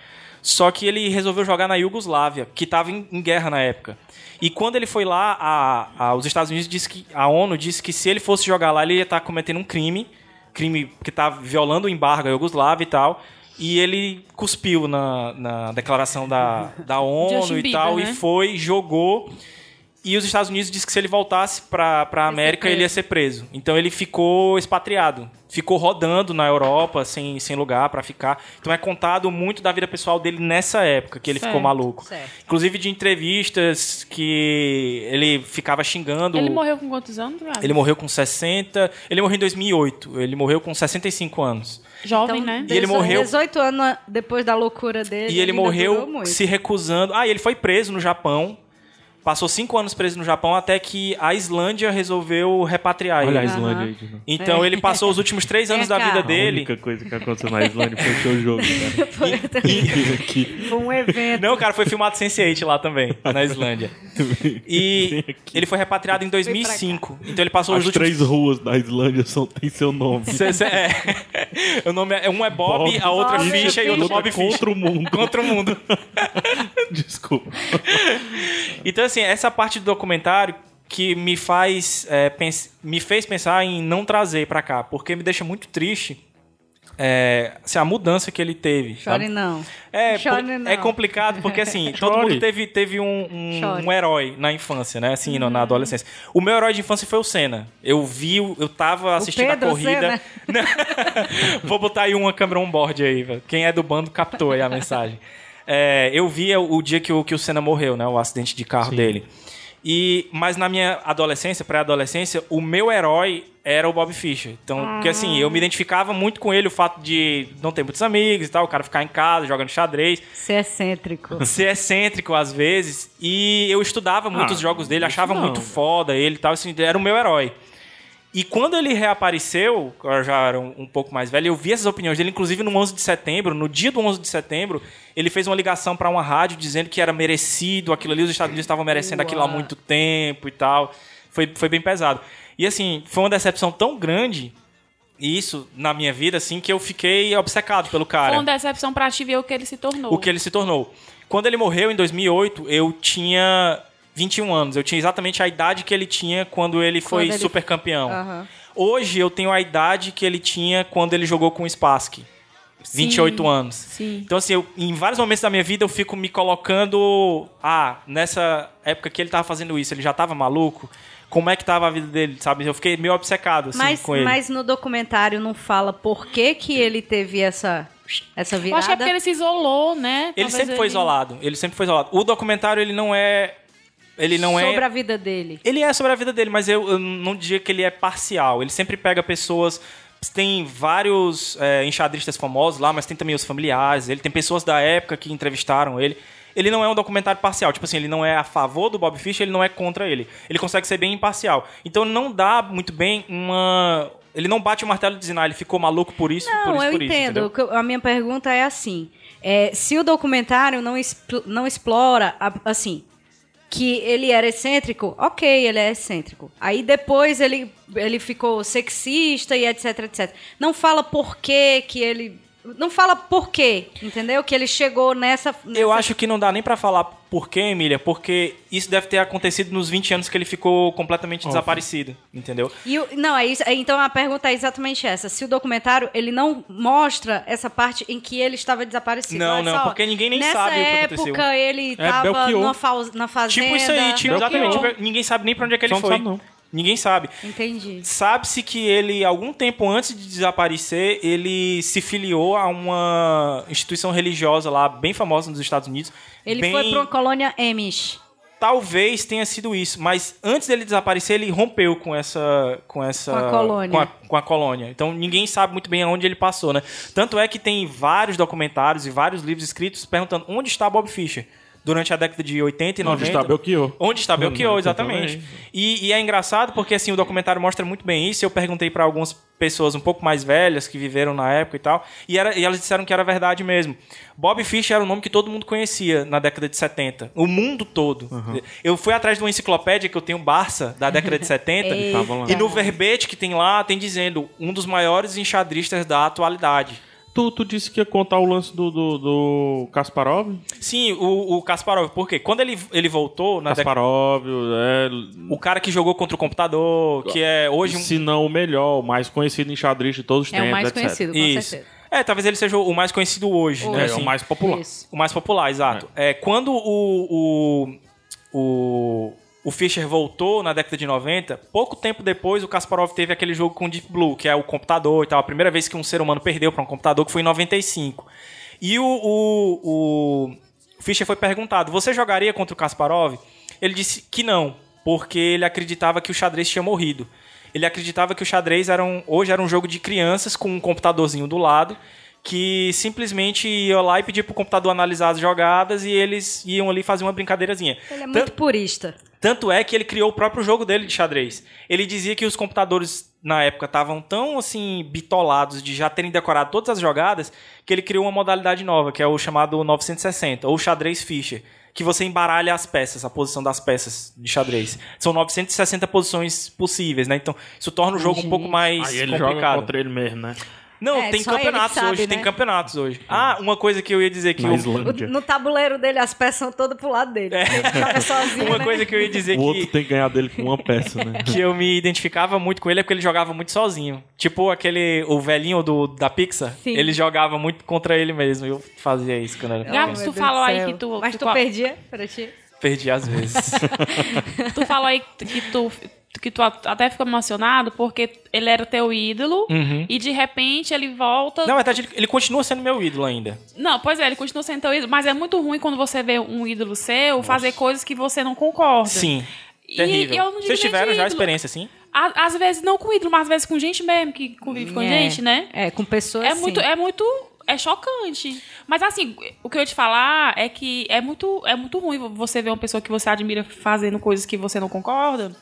Só que ele resolveu jogar na Iugoslávia, que estava em, em guerra na época. E quando ele foi lá, a, a- os Estados Unidos disse que. A ONU disse que se ele fosse jogar lá, ele ia estar cometendo um crime. Crime que tá violando o embargo à Iugoslávia e tal. E ele cuspiu na, na declaração da, da ONU e
Bieber,
tal,
né?
e foi, jogou. E os Estados Unidos disse que se ele voltasse pra pra América, ele ia ser preso. Então ele ficou expatriado. Ficou rodando na Europa, sem, sem lugar pra ficar. Então é contado muito da vida pessoal dele nessa época, que ele
Certo,
ficou maluco.
certo.
Inclusive de entrevistas que ele ficava xingando.
Ele morreu com quantos anos? Eduardo?
Ele morreu com 60. Ele morreu em 2008. Ele morreu com 65 anos.
Jovem,
Então,
né?
E ele
dezo-
morreu-
18 anos depois da loucura dele.
E ele
ainda durou
morreu
muito.
se recusando. Ah, e ele foi preso no Japão. Passou cinco anos preso no Japão até que a Islândia resolveu repatriar
Olha a
ele.
Islândia aí de novo.
Então ele passou os últimos três anos da
É. cá.
vida
A
A
dele.
única coisa que aconteceu na Islândia foi o seu jogo, né? cara.
Foi
Aqui.
foi um evento.
Não, cara, foi filmado Sense8 lá também, na Islândia. E ele foi repatriado em 2005. Então ele passou
As
os últimos...
três ruas da Islândia são, tem seu nome.
Cê- cê- é. O nome é... Um é Bob,
Bob,
a outra
Bob,
Ficha e
Ficha.
outro
Luta
Bob Ficha.
contra o mundo.
Contra o mundo.
Desculpa.
Então, assim, essa parte do documentário que me faz é, pens- me fez pensar em não trazer pra cá, porque me deixa muito triste é, assim, a mudança que ele teve. sabe?
Chore não.
É,
Chore
por-
não.
é complicado porque assim, todo
Chore.
mundo teve, teve um, um,
Chore.
um herói na infância, né? Assim, na- na adolescência. O meu herói de infância foi o Senna. Eu vi, o- eu tava assistindo
Pedro
a corrida. Não. Vou botar aí uma câmera on board aí, velho. Quem é do bando captou aí a mensagem. É, eu vi o, o dia que o, que o Senna morreu, né? O acidente de carro dele. E, mas na minha adolescência, pré-adolescência, o meu herói era o Bob Fischer. Então, porque assim, eu me identificava muito com ele, o fato de não ter muitos amigos e tal, o cara ficar em casa jogando xadrez
Ser é excêntrico.
ser excêntrico às vezes. E eu estudava muito
Ah,
os jogos dele,
isso
achava
não,
muito
velho.
foda ele e tal. Assim, era o meu herói. E quando ele reapareceu, eu já era um, um pouco mais velho, eu vi essas opiniões dele, inclusive no 11 de setembro, no dia do 11 de setembro, ele fez uma ligação pra uma rádio dizendo que era merecido aquilo ali, os Estados Unidos estavam merecendo aquilo há muito tempo e tal. Foi, foi bem pesado. E assim, foi uma decepção tão grande, e isso na minha vida, assim, que eu fiquei obcecado pelo cara
Foi uma decepção pra ti ver o que ele se tornou.
o que ele se tornou. Quando ele morreu em 2008, eu tinha 21 anos. Eu tinha exatamente a idade que ele tinha quando ele foi
ele-
super campeão.
Aham.
Hoje eu tenho a idade que ele tinha quando ele jogou com o Spassky. 28 anos.
Sim.
Então, assim, eu- em vários momentos da minha vida eu fico me colocando. Ah, nessa época que ele tava fazendo isso, ele já tava maluco? Como é que tava a vida dele, sabe? Eu fiquei meio obcecado, assim,
mas,
com ele.
mas no documentário não fala por que, que ele teve essa, essa virada.
Eu acho que é porque ele se isolou, né?
Ele
Talvez
sempre foi isolado. Ele sempre foi isolado. O documentário, ele não é. Ele não é.
Sobre a vida dele.
Ele é sobre a vida dele, mas eu, eu não diria que ele é parcial. Ele sempre pega pessoas. Tem vários é, enxadristas famosos lá, mas tem também os familiares. Ele tem pessoas da época que entrevistaram ele. Ele não é um documentário parcial. Tipo assim, ele não é a favor do Bob Fischer, ele não é contra ele. Ele consegue ser bem imparcial. Então não dá muito bem uma Ele não bate o martelo dizendo, ah, ele ficou maluco por isso, por
Não,
isso,
eu
por isso.
entendo.
entendeu?
O que eu- a minha pergunta é assim: é, se o documentário não, expl- não explora, a- assim, que ele era excêntrico, ok, ele é excêntrico. Aí depois ele, ele ficou sexista e etc, etc. Não fala por que que ele. Não fala por quê, entendeu? Que ele chegou nessa.
Eu
nessa-
acho que não dá nem pra falar por quê, Emília, porque isso deve ter acontecido nos 20 anos que ele ficou completamente desaparecido, entendeu?
E o- não, é isso. é, Então a pergunta é exatamente essa. Se o documentário ele não mostra essa parte em que ele estava desaparecido.
Não,
Olha
não,
só,
porque ninguém nem
nessa
sabe o que
época,
aconteceu.
ele
É,
estava
Belchior.
numa faz- na fazenda.
Tipo isso aí, tipo,
Belchior.
exatamente. tipo, ninguém sabe nem pra onde é que ele
Só não
foi.
sabe, não.
Ninguém sabe.
Entendi.
Sabe-se que ele, algum tempo antes de desaparecer, ele se filiou a uma instituição religiosa lá, bem famosa nos Estados Unidos.
Ele
Bem-
foi para uma colônia Amish.
Talvez tenha sido isso, mas antes dele desaparecer, ele rompeu com essa. Com, essa,
Com a colônia.
Com a, com a colônia. Então ninguém sabe muito bem aonde ele passou, né? Tanto é que tem vários documentários e vários livros escritos perguntando onde está Bob Fischer durante a década de 80 e 90.
Onde está Belchior?
Onde está Belchior,
Também.
exatamente. E, e é engraçado porque assim o documentário mostra muito bem isso. Eu perguntei para algumas pessoas um pouco mais velhas que viveram na época e tal, e, era- e elas disseram que era verdade mesmo. Bob Fischer era um nome que todo mundo conhecia na década de 70, o mundo todo. Eu fui atrás de uma enciclopédia que eu tenho Barça da década de 70
E tava lá.
e no verbete que tem lá tem dizendo um dos maiores enxadristas da atualidade.
Tu, tu disse que ia contar o lance do, do, do Kasparov?
Sim, o, o Kasparov, por quê? Quando ele, ele voltou na década
Kasparov, é,
O cara que jogou contra o computador, que é hoje um.
se não o melhor, o mais conhecido em xadrez de todos os
É
tempos,
o mais
etc.
conhecido, com
Isso.
certeza.
É, talvez ele seja o mais conhecido hoje,
É,
né?
é
assim.
o mais popular.
Isso.
O mais popular, exato. É. quando o, o, o, o Fischer voltou na década de 90, pouco tempo depois o Kasparov teve aquele jogo com o Deep Blue, que é o computador e tal. A primeira vez que um ser humano perdeu para um computador, que foi em 95. E o, o, o Fischer foi perguntado, você jogaria contra o Kasparov? Ele disse que não, porque ele acreditava que o xadrez tinha morrido. Ele acreditava que o xadrez era um, hoje era um jogo de crianças com um computadorzinho do lado que simplesmente ia lá e pedia pro computador analisar as jogadas e eles iam ali fazer uma brincadeirazinha.
Ele é
Tan-
muito purista.
tanto é que ele criou o próprio jogo dele de xadrez. Ele dizia que os computadores na época estavam tão assim bitolados de já terem decorado todas as jogadas que ele criou uma modalidade nova, que é o chamado 960 ou xadrez Fischer, que você embaralha as peças, a posição das peças de xadrez. São 960 posições possíveis, né? Então, isso torna o jogo um pouco mais
Aí ele joga
complicado.
contra ele mesmo, né?
Não,
É,
tem
só ele
campeonatos
sabe,
hoje, tem
né?
campeonatos hoje. Ah, uma coisa que eu ia dizer que
É. Na
eu-
O-
Islândia.
no tabuleiro dele, as peças são todas pro lado dele. Ele joga sozinho,
É. uma
né?
coisa que eu ia dizer
O
que
outro tem que ganhar dele com uma peça, né?
que eu me identificava muito com ele é porque ele jogava muito sozinho. Tipo aquele, o velhinho do, da Pixar,
Sim.
ele jogava muito contra ele mesmo. Eu fazia isso quando era
Ai,
pequeno.
Gabs,
meu
tu
Deus
falou
do
aí
céu.
que tu-
Mas
tu
tu,
co-
perdia pra ti?
Perdi às vezes.
Tu falou aí que tu, que tu até ficou emocionado porque ele era teu ídolo
Uhum.
e de repente ele volta.
Na verdade, ele, ele continua sendo meu ídolo ainda.
Não, pois é, ele continua sendo teu ídolo, mas é muito ruim quando você vê um ídolo seu fazer coisas que você não concorda.
Sim.
E
Terrível.
eu não digo
Vocês
nem
tiveram
de
já
ídolo.
experiência, assim?
Á- Às vezes não com ídolo, mas às vezes com gente mesmo que convive com
É.
gente, né?
É, com pessoas
É
sim.
muito, é muito, é chocante. Mas assim, o que eu ia te falar é que é muito, é muito ruim você ver uma pessoa que você admira fazendo coisas que você não concorda.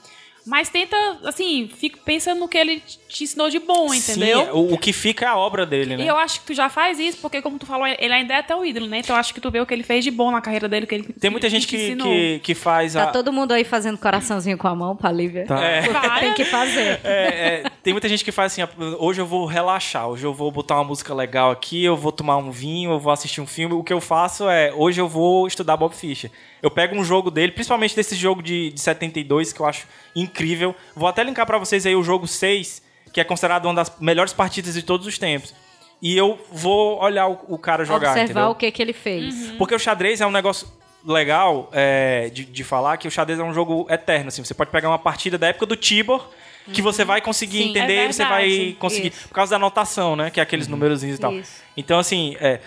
Mas tenta, assim, fica pensando no que ele te ensinou de bom, entendeu?
Sim, o, o que fica é a obra dele, né?
E eu acho que tu já faz isso, porque como tu falou, ele ainda é teu ídolo, né? Então eu acho que tu vê o que ele fez de bom na carreira dele, o que ele
Tem muita gente
te
que,
ensinou.
que, que faz a.
Tá todo mundo aí fazendo coraçãozinho com a mão pra Lívia.
É.
Porque tem que fazer.
É, é, tem muita gente que faz assim, ah, hoje eu vou relaxar, hoje eu vou botar uma música legal aqui, eu vou tomar um vinho, eu vou assistir um filme. O que eu faço é, hoje eu vou estudar Bob Fischer. Eu pego um jogo dele, principalmente desse jogo de, de 72, que eu acho incrível. Vou até linkar pra vocês aí o jogo 6, que é considerado uma das melhores partidas de todos os tempos. E eu vou olhar o, o cara jogar,
Observar
entendeu?
o que que ele fez.
Porque o xadrez é um negócio legal é, de, de falar que o xadrez é um jogo eterno. Assim, você pode pegar uma partida da época do Tibor que você vai conseguir
Uhum. Sim,
entender,
é
e você
verdade,
vai conseguir
isso.
por causa da anotação, né? Que é aqueles numerozinhos e tal.
Isso.
Então assim, é,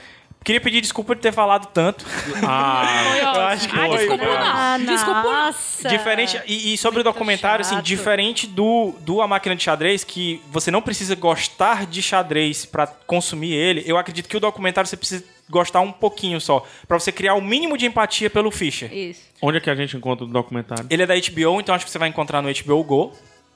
queria pedir desculpa de ter falado tanto.
Ah,
Foi ótimo.
acho que
ah,
foi,
desculpa
cara.
não. desculpa não.
nossa.
Diferente, e, e sobre o documentário, assim,
é chato.
diferente do, do A Máquina de Xadrez, que você não precisa gostar de xadrez pra consumir ele, eu acredito que o documentário você precisa gostar um pouquinho só, pra você criar o mínimo de empatia pelo Fischer.
Isso.
onde é que a gente encontra o documentário?
Ele é da HBO, então acho que você vai encontrar no HBO Go.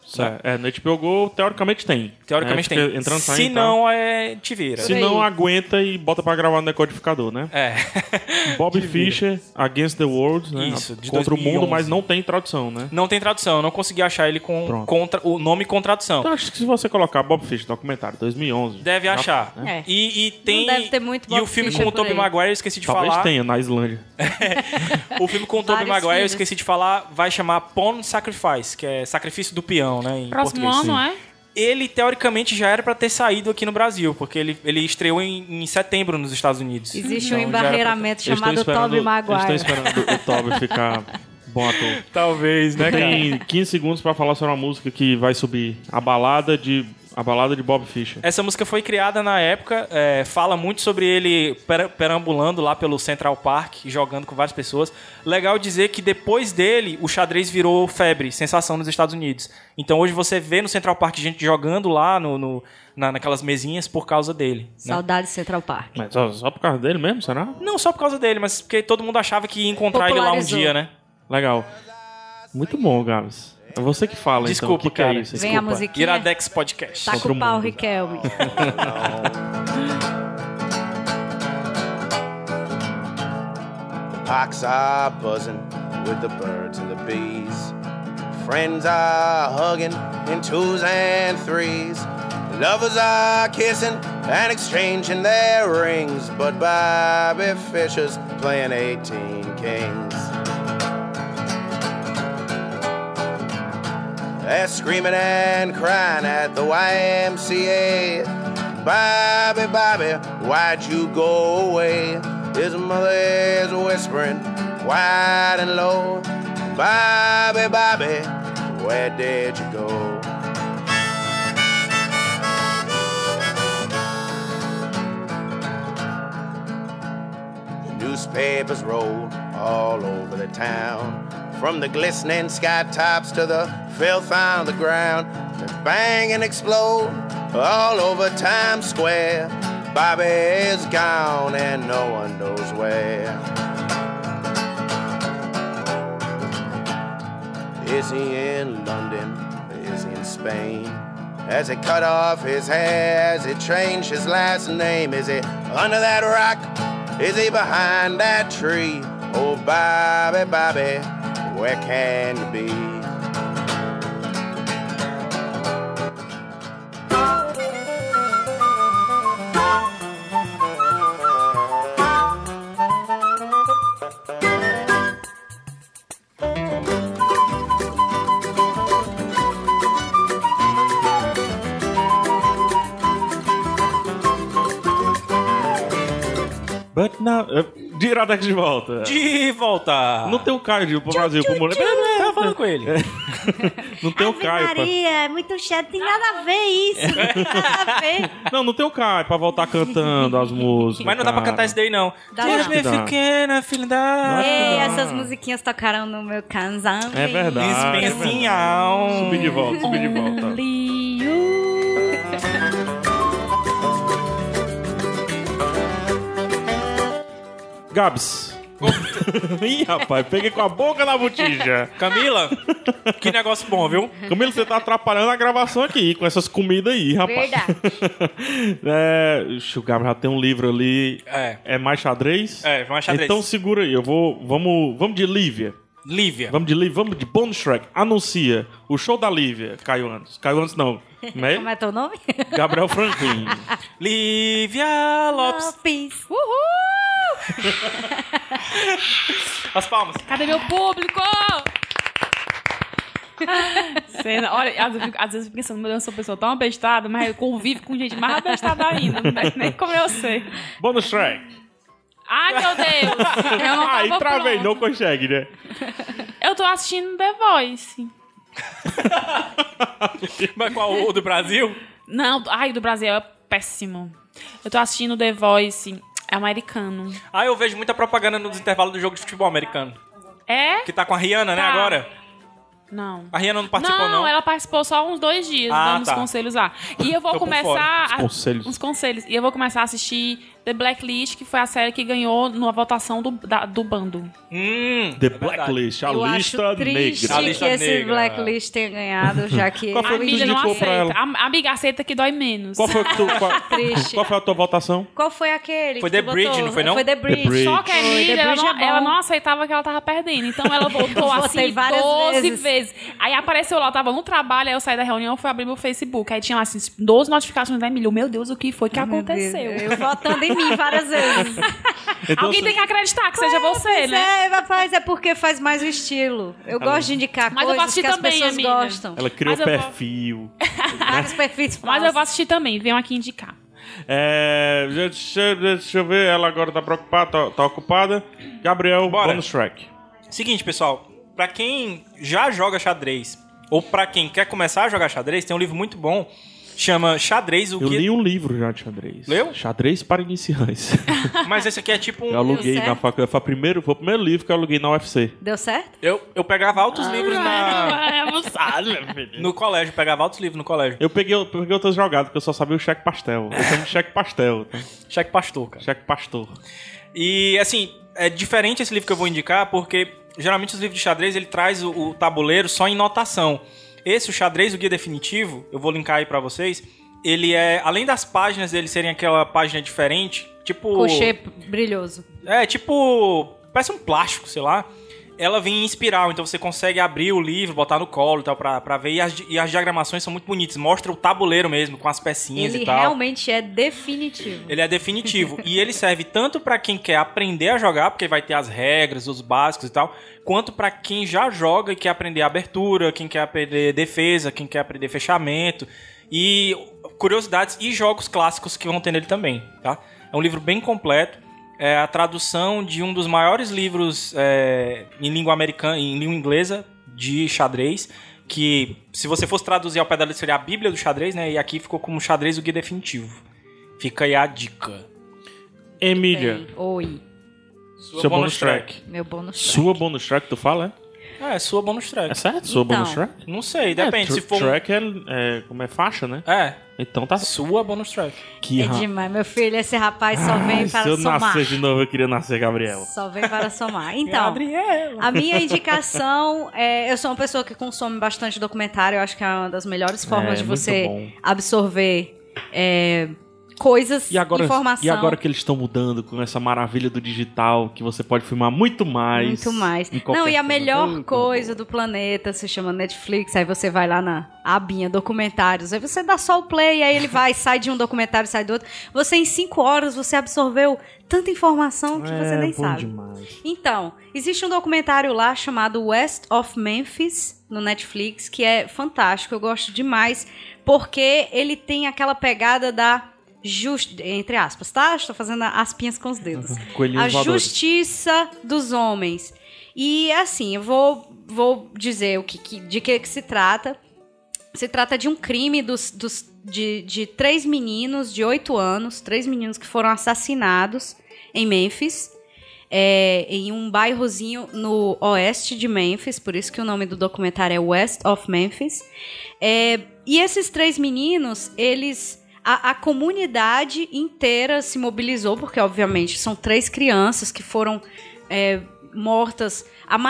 Certo. É, no HBO Go, teoricamente tem.
Teoricamente
É,
tem.
fica Entrando saindo,
Se
tá?
não, é. Te vira.
Se
Por aí.
não, aguenta e bota pra gravar no decodificador, né?
É.
Bob Fischer, Against the World, né?
Isso, de
Contra o mundo,
2011.
mas não tem tradução, né?
Não tem tradução, eu não consegui achar ele com
Pronto.
contra, o nome com tradução.
Então acho que se você colocar Bob Fischer documentário 2011...
Deve
já-
achar.
né? É.
E, e tem.
deve ter muito
E
Bob
o filme
Fischer
com o
por
Tobey
aí.
Maguire, eu esqueci de
Talvez
falar.
tenha, na Islândia.
É
O filme com o Tobey
Vários
Maguire, eu
filmes.
esqueci de falar, vai chamar Pawn Sacrifice, que é Sacrifício do Peão, né? Em
Próximo
português.
ano, é?
Ele, teoricamente, já era pra ter saído aqui no Brasil, porque ele, ele estreou em, em setembro nos Estados Unidos.
Existe um
Então, já era pra ter-
embarreiramento
Eles estão
chamado Tobey
Eles
Maguire.
estão esperando né? o Toby ficar bom ator.
Talvez, né, cara?
Tem 15 segundos pra falar sobre uma música que vai subir. A balada de, a balada de Bob Fischer.
Essa música foi criada na época, é, fala muito sobre ele per- perambulando lá pelo Central Park, jogando com várias pessoas. Legal dizer que depois dele, o xadrez virou febre, sensação nos Estados Unidos. Então hoje você vê no Central Park gente jogando lá no, no- na- naquelas mesinhas por causa dele. né?
Saudades Central Park.
Mas só, só por causa dele mesmo, será?
Não só por causa dele, mas porque todo mundo achava que ia encontrar ele lá um
Popularizou.
dia, né?
Legal. Muito bom, Gabs. É você que fala,
Desculpa,
então. o que que é
cara.
isso?
Vem a
Desculpa.
musiquinha.
Iradex Podcast.
é. Tá
Sobre
com
o
o pau,
mundo.
Riquelme.
Hawks are buzzing with the birds and the bees. Friends are hugging in twos and threes. Lovers are kissing and exchanging their rings. But Bobby Fischer's playing 18 kings. They're screaming and crying at the YMCA. Bobby, Bobby, why'd you go away? His mother is whispering wide and low. Bobby, Bobby, where did you go? Newspapers roll all over the town. From the glistening sky tops to the filth on the ground, they bang and explode all over Times Square. Bobby is gone and no one knows where. Is he in London? Is he in Spain? Has he cut off his hair? Has he changed his last name? Is he under that rock? Is he behind that tree? Oh, Bobby, Bobby, where can you be?
But now... eh, De Iradex de volta.
De volta!
Não tem o Caio de ir pro Brasil, pro mulher.
Eu tava falando com ele.
Não tem o Caio pra...
Maria, é muito chato, tem nada a ver isso. Tem nada a ver.
Não, não tem o Caio pra voltar cantando as músicas.
Mas não dá pra
cara.
cantar isso daí, não.
Dá
Diz
não.
me
Dá.
pequena, filha da...
Ei, essas musiquinhas tocaram no meu casamento.
É verdade. é verdade.
Espensinhão.
Subir de volta, subir de
é?
volta.
Only you.
Gabs. Ih, rapaz, peguei com a boca na botija.
Camila, que negócio bom, viu?
Camilo, você tá atrapalhando a gravação aqui com essas comidas aí, rapaz.
Verdade.
é, ixi, o Gabriel já tem um livro ali.
É.
É mais xadrez?
É, mais xadrez.
Então segura aí, eu vou. Vamos, vamos de Lívia.
Lívia.
Vamos de Lívia, vamos de Bonus Track. Anuncia o show da Lívia, Caio Anos. Caio Anos não. Como
Como
é?
é teu nome?
Gabriel Franklin.
Lívia Lopes.
Lopes.
Uhul!
As palmas.
Cadê meu público? Cena- Olha, às vezes, às vezes eu fico pensando, meu Deus, eu sou uma pessoa tão abestada, mas eu convivo com gente mais abestada ainda, não deve nem como eu sei.
Bonus Track. Ah,
Ai, meu Deus! Eu não
Aí
tava
travei,
É pronta.
não consegue, né?
Eu tô assistindo The Voice.
Mas qual o do Brasil?
Não, ai, do Brasil é péssimo. Eu tô assistindo The Voice é americano.
Ah, eu vejo muita propaganda nos intervalos do jogo de futebol americano.
É?
Que tá com a Rihanna, né,
Tá.
agora?
Não.
A Rihanna não participou, não.
ela participou só uns dois dias,
Ah,
dando
tá.
os conselhos lá. E eu vou
Tô por
começar.
fora.
Os
a-
conselhos.
Uns conselhos. E eu vou começar a assistir The Blacklist, que foi a série que ganhou numa votação do, da- do bando.
Hum,
The
é verdade.
Blacklist, a lista
Eu acho triste
negra.
A lista
que esse
negra.
Blacklist tenha ganhado, já que...
Qual
A
é
foi que tu
mídia não
indicou pra
aceita.
ela?
A, amiga, aceita que dói menos.
Qual foi, que tu, qual,
Triste.
qual foi a tua votação?
Qual foi aquele
Foi
que
The
tu
Bridge,
botou?
não foi não?
Foi The Bridge.
Bridge.
Só que a
Foi,
Emília,
The
ela,
Bridge
não,
é bom.
ela não aceitava que ela tava perdendo. Então ela voltou
votei
assim
várias
12
vezes.
vezes. Aí apareceu lá, eu tava no trabalho, aí eu saí da reunião, fui abrir meu Facebook. Aí tinha lá assim, 12 notificações da Emília. Meu Deus, o que foi que
Meu
aconteceu?
Deus, Eu votando em mim várias vezes.
Então,
Alguém tem que acreditar que seja você,
Pois
né?
é, rapaz, é porque faz mais o estilo. Eu gosto de indicar
Mas eu
coisas
assisti
que as
também,
pessoas
amiga.
gostam.
Ela criou
Mas eu vou-
perfil.
Vários perfis
Mas eu vou
falsos.
assistir também, venham aqui indicar.
É, deixa, deixa eu ver, ela agora tá preocupada, tá, tá ocupada. Gabriel,
Bora.
bonus track.
Seguinte, pessoal, pra quem já joga xadrez ou pra quem quer começar a jogar xadrez, tem um livro muito bom, chama Xadrez o
Eu
que
li um livro já de xadrez.
Leu?
Xadrez para iniciantes.
Mas esse aqui é tipo
Eu
um
aluguei na
certo?
faculdade. Foi, o primeiro, foi o primeiro livro que eu aluguei na UFC.
Deu certo?
eu, eu pegava altos livros na
Ah, É, abusado, meu filho.
no colégio, pegava altos livros no colégio.
Eu peguei, eu peguei outras jogadas, porque eu só sabia o cheque pastel. Eu chamo de cheque pastel. Tá?
Cheque pastor, cara.
Cheque pastor.
E assim, é diferente esse livro que eu vou indicar, porque geralmente os livros de xadrez ele traz o, o tabuleiro só em notação. Esse, o xadrez, o guia definitivo, eu vou linkar aí pra vocês. Ele é, além das páginas dele serem aquela página diferente, tipo.
Cochê brilhoso.
É, tipo. Parece um plástico, sei lá. Ela vem em espiral, então você consegue abrir o livro, botar no colo e tal, pra, pra ver. E as, di- e as diagramações são muito bonitas. Mostra o tabuleiro mesmo, com as pecinhas
Ele
e tal.
realmente é definitivo.
Ele é definitivo. e ele serve tanto pra quem quer aprender a jogar, porque vai ter as regras, os básicos e tal, quanto pra quem já joga e quer aprender abertura, quem quer aprender defesa, quem quer aprender fechamento. E curiosidades e jogos clássicos que vão ter nele também, tá? É um livro bem completo. É a tradução de um dos maiores livros é, em língua americana, em língua inglesa, de xadrez. Que se você fosse traduzir ao pé da letra seria a Bíblia do xadrez, né? E aqui ficou como xadrez o guia definitivo. Fica aí a dica.
Emília,
Oi,
Sua
seu bonus track.
meu bônus.
Sua bonus track, tu fala, é?
É, sua bonus
É
track.
certo? Sua
Então.
bonus track?
Não sei, depende.
É,
se
tr-
for. um-
Track é, é, como é faixa, né?
É,
Então tá.
sua bonus track.
Que
É demais, meu filho. Esse rapaz só
Ai,
vem
se
para
eu
somar.
nascer de novo, eu queria nascer Gabriel.
Só vem para somar. Então,
é.
a minha indicação é. Eu sou uma pessoa que consome bastante documentário. Eu acho que é uma das melhores formas
É,
de
muito
você
bom.
absorver é, coisas,
E agora,
informação.
e agora que eles estão mudando com essa maravilha do digital, que você pode filmar muito mais.
Muito mais.
em qualquer
Não, e a
coisa.
melhor
Muito
coisa
bom.
do planeta se chama Netflix. Aí você vai lá na abinha documentários. Aí você dá só o play, aí ele vai, sai de um documentário, sai do outro. Você, em cinco horas, você absorveu tanta informação que você
É,
nem
bom
sabe.
demais.
Então, existe um documentário lá chamado West of Memphis no Netflix, que é fantástico, eu gosto demais, porque ele tem aquela pegada da justiça, entre aspas, tá? Estou fazendo aspinhas com os dedos.
Coelhinhos
Uhum. A
voadores.
justiça dos homens. E assim, eu vou, vou dizer o que, que- de que, que se trata. Se trata de um crime dos, dos- de, de três meninos de oito anos, três meninos que foram assassinados em Memphis, é, em um bairrozinho no oeste de Memphis, por isso que o nome do documentário é West of Memphis. É, e esses três meninos, eles. A, a comunidade inteira se mobilizou, porque, obviamente, são três crianças que foram é, mortas,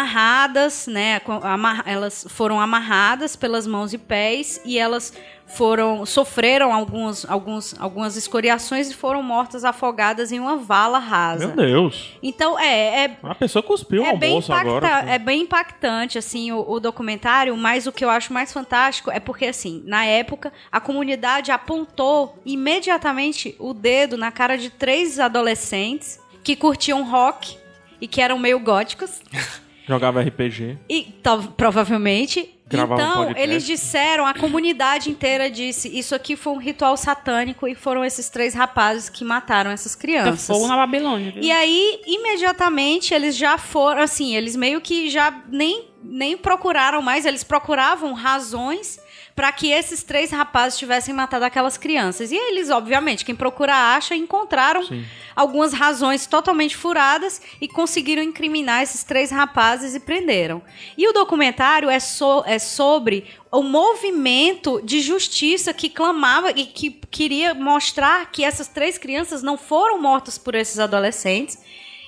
amarradas, né? com- amar- elas foram amarradas pelas mãos e pés e elas foram sofreram alguns, alguns, algumas escoriações e foram mortas afogadas em uma vala rasa.
Meu Deus.
Então, é, é,
A pessoa cuspiu o
é bem,
um almoço agora.
impacta- é bem impactante, assim, o, o documentário, mas o que eu acho mais fantástico é porque, assim, na época, a comunidade apontou imediatamente o dedo na cara de três adolescentes que curtiam rock e que eram meio góticos. é
Jogava RPG.
E tal- provavelmente.
Gravava um
então,
podcast.
eles disseram, a comunidade inteira disse, isso aqui foi um ritual satânico e foram esses três rapazes que mataram essas
Então,
Tá
crianças.
um
fogo na Babilônia. viu?
E aí, imediatamente, eles já foram, assim, eles meio que já nem nem procuraram mais, eles procuravam razões para que esses três rapazes tivessem matado aquelas crianças. E eles, obviamente, quem procura acha, encontraram algumas razões totalmente furadas e conseguiram incriminar esses três rapazes e prenderam. E o documentário é, so- é sobre o movimento de justiça que clamava e que queria mostrar que essas três crianças não foram mortas por esses adolescentes.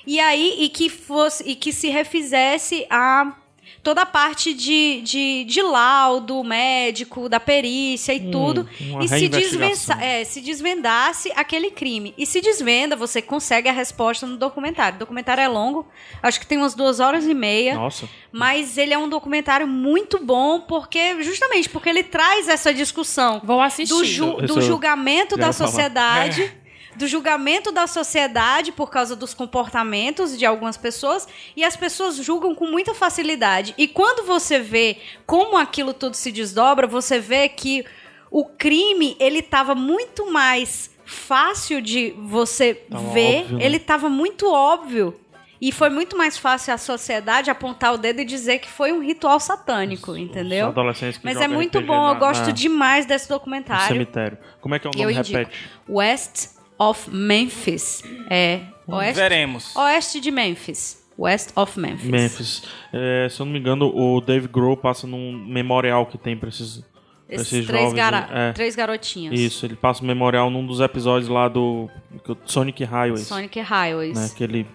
E aí, e que fosse, e que se refizesse a toda a parte de, de, de laudo médico, da perícia e tudo.
Hum, uma
E se,
reinvestigação.
desvença- é, se desvendasse aquele crime. E se desvenda, você consegue a resposta no documentário. O documentário é longo, acho que tem umas duas horas e meia.
Nossa.
Mas ele é um documentário muito bom, porque justamente porque ele traz essa discussão
Vou assistir.
do, ju-
Eu- eu
do
sou-
julgamento
já
da
ia falar.
sociedade. Do julgamento da sociedade por causa dos comportamentos de algumas pessoas, e as pessoas julgam com muita facilidade. E quando você vê como aquilo tudo se desdobra, você vê que o crime ele estava muito mais fácil de você
Tava
ver,
óbvio, né?
ele estava muito óbvio. E foi muito mais fácil a sociedade apontar o dedo e dizer que foi um ritual satânico,
Os
entendeu?
adolescentes que
Mas é
jogam
muito
RPG
bom,
na- Ah.
eu gosto
na-
demais desse
no
documentário.
cemitério. Como é que é o
Eu
nome?
indico.
Repete.
West of Memphis. É.
Hum.
Oeste,
Veremos.
oeste de Memphis. West of Memphis.
Memphis. É, se eu não me engano, o Dave Grohl passa num memorial que tem pra esses, pra
Esses
esses
três,
jovens.
gara-
né?
três
É,
garotinhos.
isso, ele passa um memorial num dos episódios lá do do Sonic Highways.
Sonic Highways.
Né, que ele-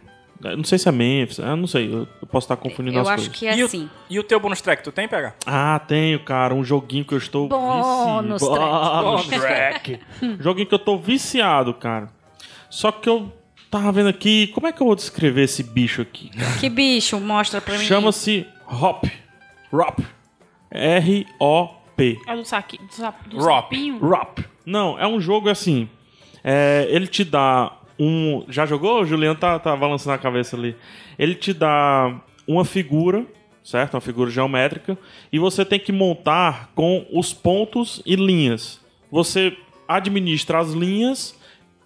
eu não sei se é Memphis, eu não sei, eu eu posso estar confundindo
Eu
as
acho
coisas.
que é
e,
assim.
o, e o teu bonus track, tu tem, PH?
Ah, tenho, cara, um joguinho que eu estou Ah,
Bônus
vici-
track.
Bônus track. joguinho que eu tô viciado, cara. Só que eu tava vendo aqui, como é que eu vou descrever esse bicho aqui?
Que bicho, mostra pra mim.
Chama-se Hop. Rop. R O P.
É do, saqui, do, sap-
Um
do
Rop.
sapinho?
Rop. Não, é um jogo assim. é, ele te dá um. Já jogou? O Juliano tá, tá balançando a cabeça ali. Ele te dá uma figura, certo? Uma figura geométrica. E você tem que montar com os pontos e linhas. Você administra as linhas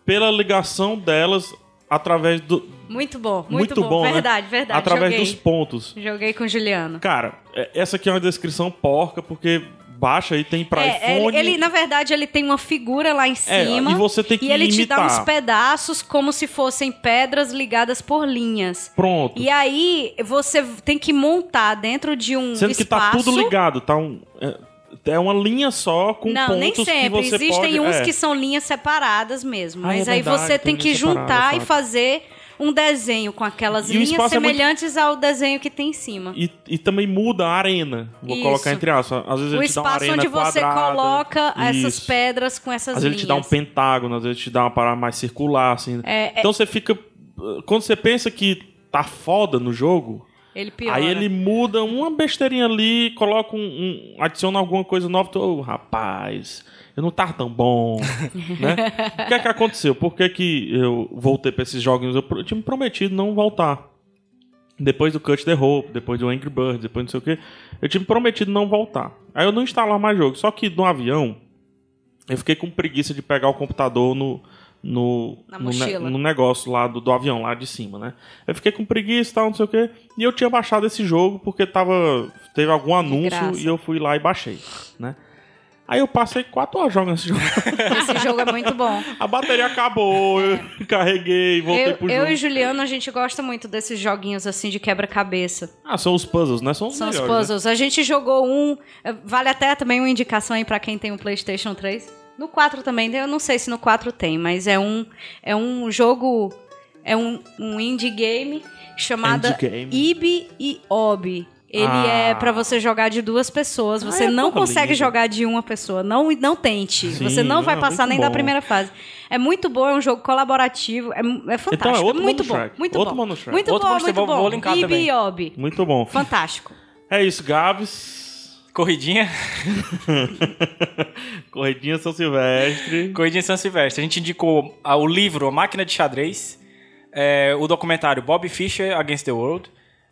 pela ligação delas através do.
Muito bom, muito,
Muito, bom, né?
Verdade, verdade.
Através
Joguei.
dos pontos.
Joguei com o Juliano.
Cara, é- essa aqui é uma descrição porca, porque baixa e tem pra
É,
iPhone.
ele, ele, na verdade, ele tem uma figura lá em
É,
cima.
e você tem que
e ele te dá
imitar.
uns pedaços como se fossem pedras ligadas por linhas.
Pronto.
E aí, você tem que montar dentro de um
Sendo que tá
espaço...
tudo ligado, tá um... É, é uma linha só com
Não,
pontos
nem
que
sempre.
você
Existem
pode...
uns
é.
que são linhas separadas mesmo.
Ah,
Mas
é
aí
verdade,
você
tem
tem que
linha separada,
juntar e
fato.
fazer um desenho com aquelas
E o
linhas
espaço é muito-
semelhantes ao desenho que tem em cima.
E, e também muda a arena. Vou
Isso.
colocar entre aspas. Às vezes
O
ele te dá uma
espaço
arena
onde você
quadrada.
coloca essas
Isso.
pedras com essas
Às vezes ele
linhas.
te dá um pentágono, às vezes te dá uma parada mais circular, assim.
É, é-
Então você fica... Quando você pensa que tá foda no jogo,
ele piora.
Aí ele muda uma besteirinha ali, coloca um, um- adiciona alguma coisa nova. Tu, Ô, rapaz, eu não tava tão bom, né? O que é que aconteceu? Por que que eu voltei pra esses joguinhos? Eu pro- tinha me prometido não voltar. Depois do Cut the Rope, depois do Angry Birds, depois não sei o que. Eu tinha me prometido não voltar. Aí eu não instalar mais jogo. Só que no avião, eu fiquei com preguiça de pegar o computador no... No,
Na
no, ne-
mochila.
no negócio lá do, do avião, lá de cima, né? Eu fiquei com preguiça e tal, não sei o quê. E eu tinha baixado esse jogo porque tava, teve algum anúncio
graça.
e eu fui lá e baixei, né? Aí eu passei quatro horas jogando esse jogo.
Esse jogo é muito bom.
A bateria acabou, eu carreguei, voltei
Eu,
pro
eu
jogo.
e Juliano, a gente gosta muito desses joguinhos assim de quebra-cabeça.
Ah, são os puzzles, né? São os
São os
melhores, né?
puzzles. A gente jogou um. eh, Vale até também uma indicação aí pra quem tem o PlayStation 3. No 4 também, eu não sei se no 4 tem, mas é um, é um jogo. É um, um indie game chamado
Indie game.
Ibi e Obi. Ele
Ah.
é pra você jogar de duas pessoas. Você
Ah, é
não
porra,
consegue
lindo.
jogar de uma pessoa. Não, não tente.
Sim,
você não vai
não, é
passar
muito
nem da
bom.
primeira fase. É muito bom, é um jogo colaborativo. É, mu- é fantástico.
Então outro
muito
bonus
bom.
track.
Muito
Outro
bom.
bonus track.
Muito
Outro
bom,
bonus
muito
track, vou-
bom.
vou linkar
Ibi
também.
e Obi.
Muito bom.
Fantástico.
É isso, Gaves,
Corridinha?
Corredinha São Silvestre.
Corridinha São Silvestre. A gente indicou ah, o livro A Máquina de Xadrez, é, o documentário Bob Fischer Against the World.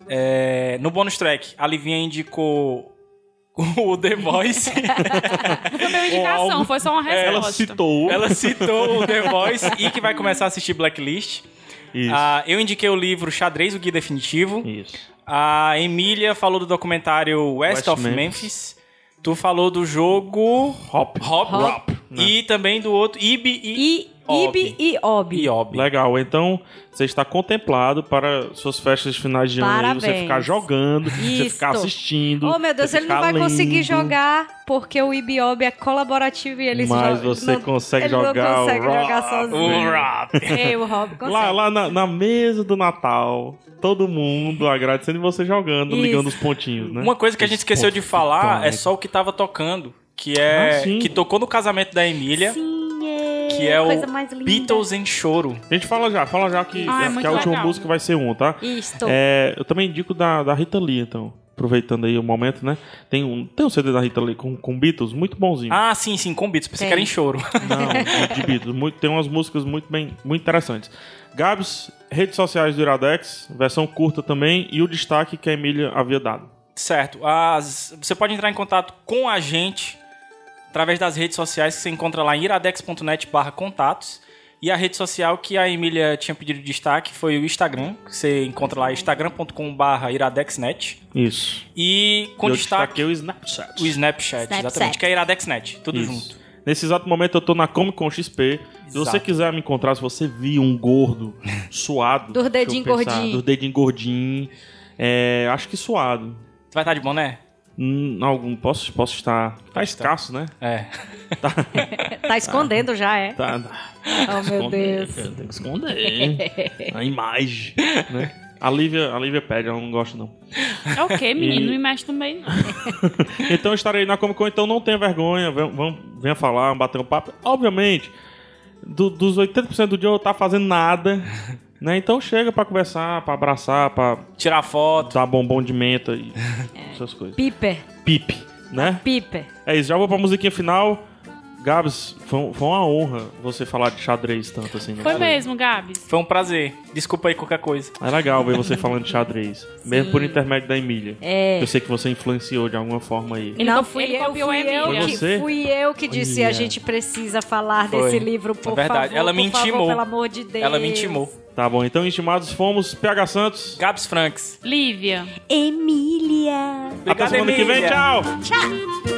é, no bonus track, a Livinha indicou o The Voice.
Não foi uma indicação, foi só uma
É,
resposta.
Ela citou.
Ela citou o The Voice e que vai começar a assistir Blacklist.
Isso.
Ah, eu indiquei o livro Xadrez, o Guia Definitivo.
Isso.
A Emília falou do documentário West,
West
of Memphis.
Memphis.
Tu falou do jogo
Hop.
Hop,
Hop.
né?
e também do outro Ibi e,
I, Ibi e Obi.
e Obi.
Legal, então você está contemplado para suas festas de finais de ano aí, você
Parabéns.
ficar jogando, você
Isto.
ficar assistindo.
Oh, meu Deus,
você
ele não
ficar
vai conseguir
lendo,
jogar porque o Ibiob é colaborativo e eles
Mas
jogam-
você
não-
consegue
ele
jogar
não
o
consegue jogar
rap.
sozinho.
O
rap.
Ei, é, o Rob consegue.
Lá, lá na, na mesa do Natal, todo mundo agradecendo e você jogando,
Isso.
ligando os pontinhos, né?
Uma coisa que a gente esqueceu de falar é só o que tava tocando, que é
Ah, sim.
que tocou no casamento da Emília,
Sim, é.
que é o
coisa mais linda.
Beatles em choro.
A gente fala já, fala já que,
Ah, é
que
muito
a última
legal.
música vai ser um, tá?
Isto.
É, eu também indico da, da Rita Lee, então. Aproveitando aí o momento, né? Tem um, tem um CD da Rita Lee com, com Beatles, muito bonzinho.
Ah, sim, sim, com Beatles, pensei
Tem.
que era em choro.
Não, de Beatles. Muito- tem umas músicas muito bem, muito interessantes. Gabs, redes sociais do Iradex, versão curta também, e o destaque que a Emília havia dado.
Certo. As- você pode entrar em contato com a gente através das redes sociais que você encontra lá em iradex.net barra contatos. E a rede social que a Emília tinha pedido destaque foi o Instagram, que você encontra lá instagram.com barra iradexnet.
Isso.
E com
eu
destaque
destaquei o Snapchat.
o Snapchat,
Snapchat.
exatamente, que é iradexnet, tudo
Isso.
junto.
Nesse exato momento eu tô na Comic Con XP. Se você
Exato.
quiser me encontrar, se você viu um gordo, suado. deixa
Dos
eu
dedinho
pensar,
gordinho.
Dos dedinho gordinho. é, acho que suado.
Você vai estar de boné?
Hum, algum, posso, posso estar. Tá escasso, né?
É.
Tá escondendo já, é.
Tá.
Oh, meu
esconder,
Deus.
cara, Tem que esconder. a imagem, né? A Lívia, a Lívia pede, ela não gosta, não.
É o quê, menino?
E-
Não me mexe no meio, não.
Então eu estarei na Comic Con, então não tenha vergonha, vem- vamos, venha falar, bater um papo. Obviamente, do- dos 80% do dia eu tá fazendo nada, né? Então chega pra conversar, pra abraçar, pra
Tirar foto.
dar bombom de menta e essas coisas.
Piper,
Pipe, né?
Piper.
É isso, já vou pra musiquinha final. Gabs, foi, um- foi uma honra você falar de xadrez tanto assim. não
Foi
sei.
mesmo, Gabs.
Foi um prazer. Desculpa aí qualquer coisa.
É legal ver você falando de xadrez. Mesmo por intermédio da Emília.
É.
Eu sei que você influenciou de alguma forma aí.
Ele
não,
copi-
fui
ele
eu,
copiou
fui
a Emília.
eu,
Foi você?
que, fui eu que disse,
Olha.
a gente precisa falar
Foi.
desse livro, por
verdade.
favor,
Ela
por
me
favor,
intimou.
pelo amor de Deus.
Ela me intimou.
Tá bom, então, intimados, fomos. PH Santos.
Gabs Franks.
Lívia.
Emília.
Até
Obrigado,
semana que vem.
Emília.
Tchau.
Tchau.